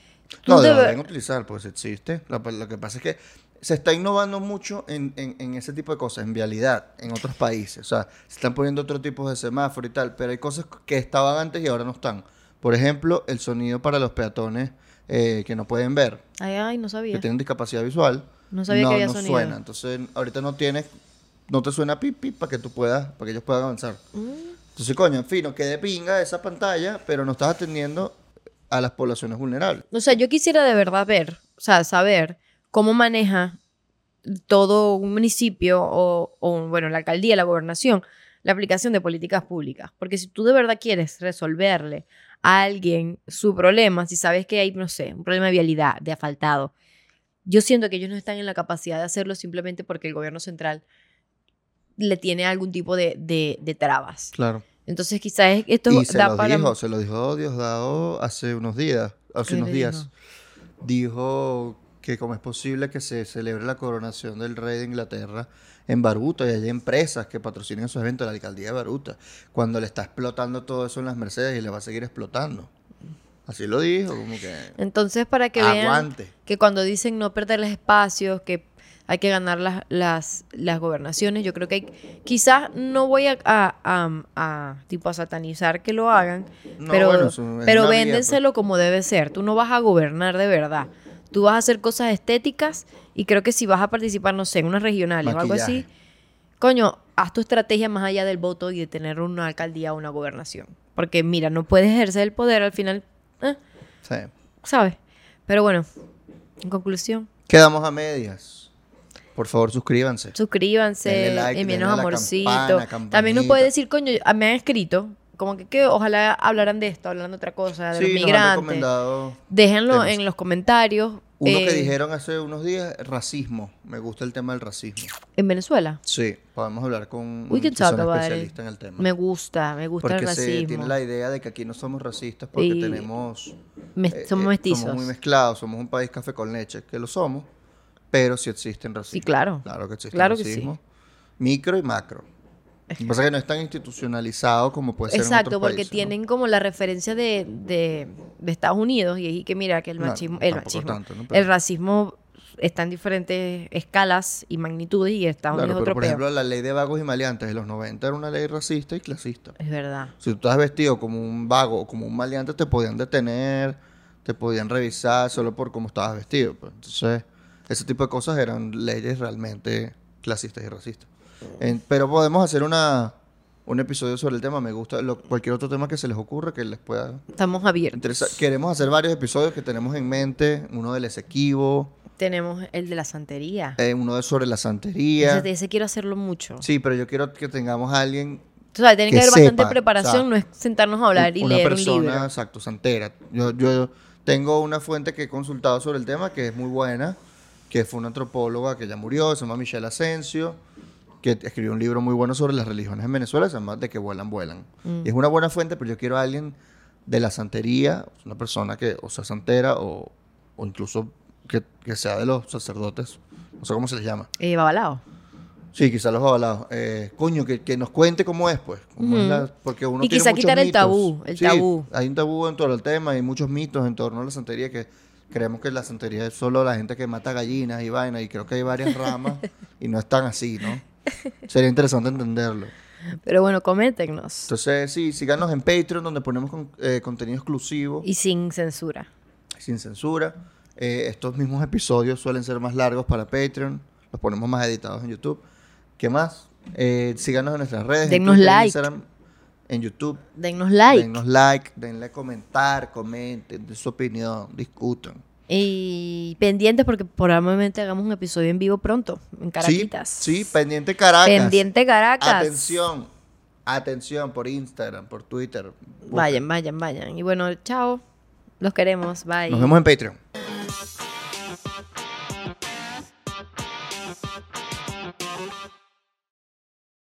[SPEAKER 2] No,
[SPEAKER 1] No, de
[SPEAKER 2] deberían
[SPEAKER 1] ver-
[SPEAKER 2] utilizar, pues existe. Lo, lo que pasa es que se está innovando mucho en, en- en ese tipo de cosas, en vialidad, en otros países. O sea, se están poniendo otro tipo de semáforo y tal, pero hay cosas que estaban antes y ahora no están. Por ejemplo, el sonido para los peatones eh, que no pueden ver,
[SPEAKER 1] Ay, ay, no sabía.
[SPEAKER 2] que tienen discapacidad visual.
[SPEAKER 1] No sabía que había
[SPEAKER 2] no
[SPEAKER 1] sonido.
[SPEAKER 2] suena. Entonces, ahorita no tienes, no te suena pipi para que tú puedas, para que ellos puedan avanzar.
[SPEAKER 1] Mm.
[SPEAKER 2] Entonces, coño, en fin, que de pinga esa pantalla, pero no estás atendiendo a las poblaciones vulnerables.
[SPEAKER 1] O sea, yo quisiera de verdad ver, o sea, saber cómo maneja todo un municipio o, o, bueno, la alcaldía, la gobernación, la aplicación de políticas públicas. Porque si tú de verdad quieres resolverle a alguien su problema, si sabes que hay, no sé, un problema de vialidad, de asfaltado, yo siento que ellos no están en la capacidad de hacerlo simplemente porque el gobierno central le tiene algún tipo de, de- de trabas.
[SPEAKER 2] Claro.
[SPEAKER 1] Entonces quizás esto
[SPEAKER 2] Y se
[SPEAKER 1] da
[SPEAKER 2] lo
[SPEAKER 1] para...
[SPEAKER 2] dijo, se lo dijo Diosdado hace unos días,
[SPEAKER 1] ¿Qué
[SPEAKER 2] hace
[SPEAKER 1] le
[SPEAKER 2] unos días. Dijo que como es posible que se celebre la coronación del rey de Inglaterra en Baruta y hay empresas que patrocinan esos eventos, la alcaldía de Baruta, cuando le está explotando todo eso en las Mercedes y le va a seguir explotando. Así lo dijo, como que
[SPEAKER 1] Entonces para que vean...
[SPEAKER 2] aguante.
[SPEAKER 1] que cuando dicen no perder los espacios, que hay que ganar las, las, las gobernaciones, yo creo que hay, quizás no voy a, a, a- a, tipo a satanizar que lo hagan,
[SPEAKER 2] No,
[SPEAKER 1] pero,
[SPEAKER 2] bueno, eso es
[SPEAKER 1] pero
[SPEAKER 2] una vía, pues.
[SPEAKER 1] véndenselo como debe ser. Tú no vas a gobernar de verdad. Tú vas a hacer cosas estéticas y creo que si vas a participar, no sé, en unas regionales o algo
[SPEAKER 2] Maquillaje.
[SPEAKER 1] así, coño, haz tu estrategia más allá del voto y de tener una alcaldía o una gobernación. Porque mira, no puedes ejercer el poder al final, eh,
[SPEAKER 2] Sí.
[SPEAKER 1] ¿sabes? Pero bueno, en conclusión.
[SPEAKER 2] Quedamos a medias. Por favor, suscríbanse.
[SPEAKER 1] Suscríbanse,
[SPEAKER 2] Denle like,
[SPEAKER 1] envíenos
[SPEAKER 2] denle a la
[SPEAKER 1] amorcito.
[SPEAKER 2] campana,
[SPEAKER 1] También nos puede
[SPEAKER 2] campanita.
[SPEAKER 1] decir, coño, yo- me han escrito, como que, que ojalá hablaran de esto, hablaran de otra cosa, de los
[SPEAKER 2] Sí, nos han
[SPEAKER 1] migrantes.
[SPEAKER 2] recomendado
[SPEAKER 1] Déjenlo
[SPEAKER 2] temas.
[SPEAKER 1] en los comentarios.
[SPEAKER 2] uno que
[SPEAKER 1] eh,
[SPEAKER 2] dijeron hace unos días, racismo. Me gusta el tema del racismo.
[SPEAKER 1] En Venezuela.
[SPEAKER 2] Sí, podemos hablar con Mm, un
[SPEAKER 1] We can talk about it.
[SPEAKER 2] especialista en el tema.
[SPEAKER 1] Me gusta, me gusta
[SPEAKER 2] porque
[SPEAKER 1] el
[SPEAKER 2] se
[SPEAKER 1] racismo.
[SPEAKER 2] tiene la idea de que aquí no somos racistas porque
[SPEAKER 1] Y-
[SPEAKER 2] tenemos...
[SPEAKER 1] Me-
[SPEAKER 2] eh,
[SPEAKER 1] somos
[SPEAKER 2] eh,
[SPEAKER 1] mestizos.
[SPEAKER 2] Somos muy mezclados, somos un país café con leche, que lo somos, pero sí existen racismo.
[SPEAKER 1] Sí, claro.
[SPEAKER 2] Claro que existen
[SPEAKER 1] Claro que
[SPEAKER 2] racismo. Micro y macro. Lo que pasa es que no es tan institucionalizado como puede ser en
[SPEAKER 1] Exacto,
[SPEAKER 2] otros
[SPEAKER 1] porque
[SPEAKER 2] países, ¿no?
[SPEAKER 1] tienen como la referencia de, de, de Estados Unidos y ahí que mira que el
[SPEAKER 2] No,
[SPEAKER 1] machismo, el,
[SPEAKER 2] tampoco
[SPEAKER 1] machismo
[SPEAKER 2] tanto, ¿no? Pero-
[SPEAKER 1] el racismo está en diferentes escalas y magnitudes y Estados
[SPEAKER 2] Claro,
[SPEAKER 1] Unidos es
[SPEAKER 2] pero
[SPEAKER 1] otro
[SPEAKER 2] por
[SPEAKER 1] peo.
[SPEAKER 2] ejemplo, la ley de vagos y maleantes de los 90 era una ley racista y clasista.
[SPEAKER 1] Es verdad.
[SPEAKER 2] Si tú estás vestido como un vago o como un maleante, te podían detener, te podían revisar solo por cómo estabas vestido. pues. Entonces, ese tipo de cosas eran leyes realmente clasistas y racistas. En- pero podemos hacer una, un episodio sobre el tema. Me gusta lo- cualquier otro tema que se les ocurra que les pueda
[SPEAKER 1] Estamos abiertos.
[SPEAKER 2] interesar. Queremos hacer varios episodios que tenemos en mente: uno del Esequibo,
[SPEAKER 1] Tenemos el de la santería.
[SPEAKER 2] eh, uno de- sobre la santería.
[SPEAKER 1] Ese, ese quiero hacerlo mucho.
[SPEAKER 2] Sí, pero yo quiero que tengamos a alguien
[SPEAKER 1] O sea, tiene que,
[SPEAKER 2] que
[SPEAKER 1] haber
[SPEAKER 2] sepa,
[SPEAKER 1] bastante
[SPEAKER 2] o
[SPEAKER 1] preparación,
[SPEAKER 2] sea,
[SPEAKER 1] no es sentarnos a hablar y
[SPEAKER 2] una
[SPEAKER 1] leer
[SPEAKER 2] persona,
[SPEAKER 1] un libro.
[SPEAKER 2] exacto, santera. Yo, yo tengo una fuente que he consultado sobre el tema que es muy buena, que fue una antropóloga que ya murió, se llama Michelle Asensio, que escribió un libro muy bueno sobre las religiones en Venezuela, se llama De que vuelan, vuelan.
[SPEAKER 1] Mm.
[SPEAKER 2] Y es una buena fuente, pero yo quiero a alguien de la santería, una persona que o sea santera o, o incluso que, que sea de los sacerdotes, no sé cómo se les llama.
[SPEAKER 1] Eh, babalao.
[SPEAKER 2] Sí, quizás los avalados. Eh, coño, que, que nos cuente cómo es, pues. cómo es
[SPEAKER 1] Ujú.
[SPEAKER 2] la- porque uno
[SPEAKER 1] Y
[SPEAKER 2] tiene
[SPEAKER 1] quizá
[SPEAKER 2] muchos
[SPEAKER 1] quitar el
[SPEAKER 2] mitos.
[SPEAKER 1] tabú, el
[SPEAKER 2] Sí,
[SPEAKER 1] tabú.
[SPEAKER 2] Hay un tabú en torno al tema, hay muchos mitos en torno a la santería que creemos que la santería es solo la gente que mata gallinas y vainas, y creo que hay varias ramas y no es tan así, ¿no? Sería interesante entenderlo.
[SPEAKER 1] Pero bueno, coméntenos.
[SPEAKER 2] Entonces, sí, síganos en Patreon, donde ponemos con- eh, contenido exclusivo
[SPEAKER 1] Y sin censura.
[SPEAKER 2] sin censura. Eh, estos mismos episodios suelen ser más largos para Patreon. Los ponemos más editados en YouTube. ¿Qué más? Eh, síganos en nuestras redes. en
[SPEAKER 1] Dennos
[SPEAKER 2] Twitter, en
[SPEAKER 1] like.
[SPEAKER 2] Instagram, en YouTube.
[SPEAKER 1] Denos like.
[SPEAKER 2] Dennos like, denle a comentar, comenten, den su opinión, discutan.
[SPEAKER 1] Y pendientes porque probablemente hagamos un episodio en vivo pronto, en Caraquitas.
[SPEAKER 2] Sí, sí, pendiente Caracas.
[SPEAKER 1] Pendiente Caracas.
[SPEAKER 2] Atención, atención por Instagram, por Twitter. Busca.
[SPEAKER 1] Vayan, vayan, vayan. Y bueno, chao. Los queremos. Bye.
[SPEAKER 2] Nos vemos en Patreon.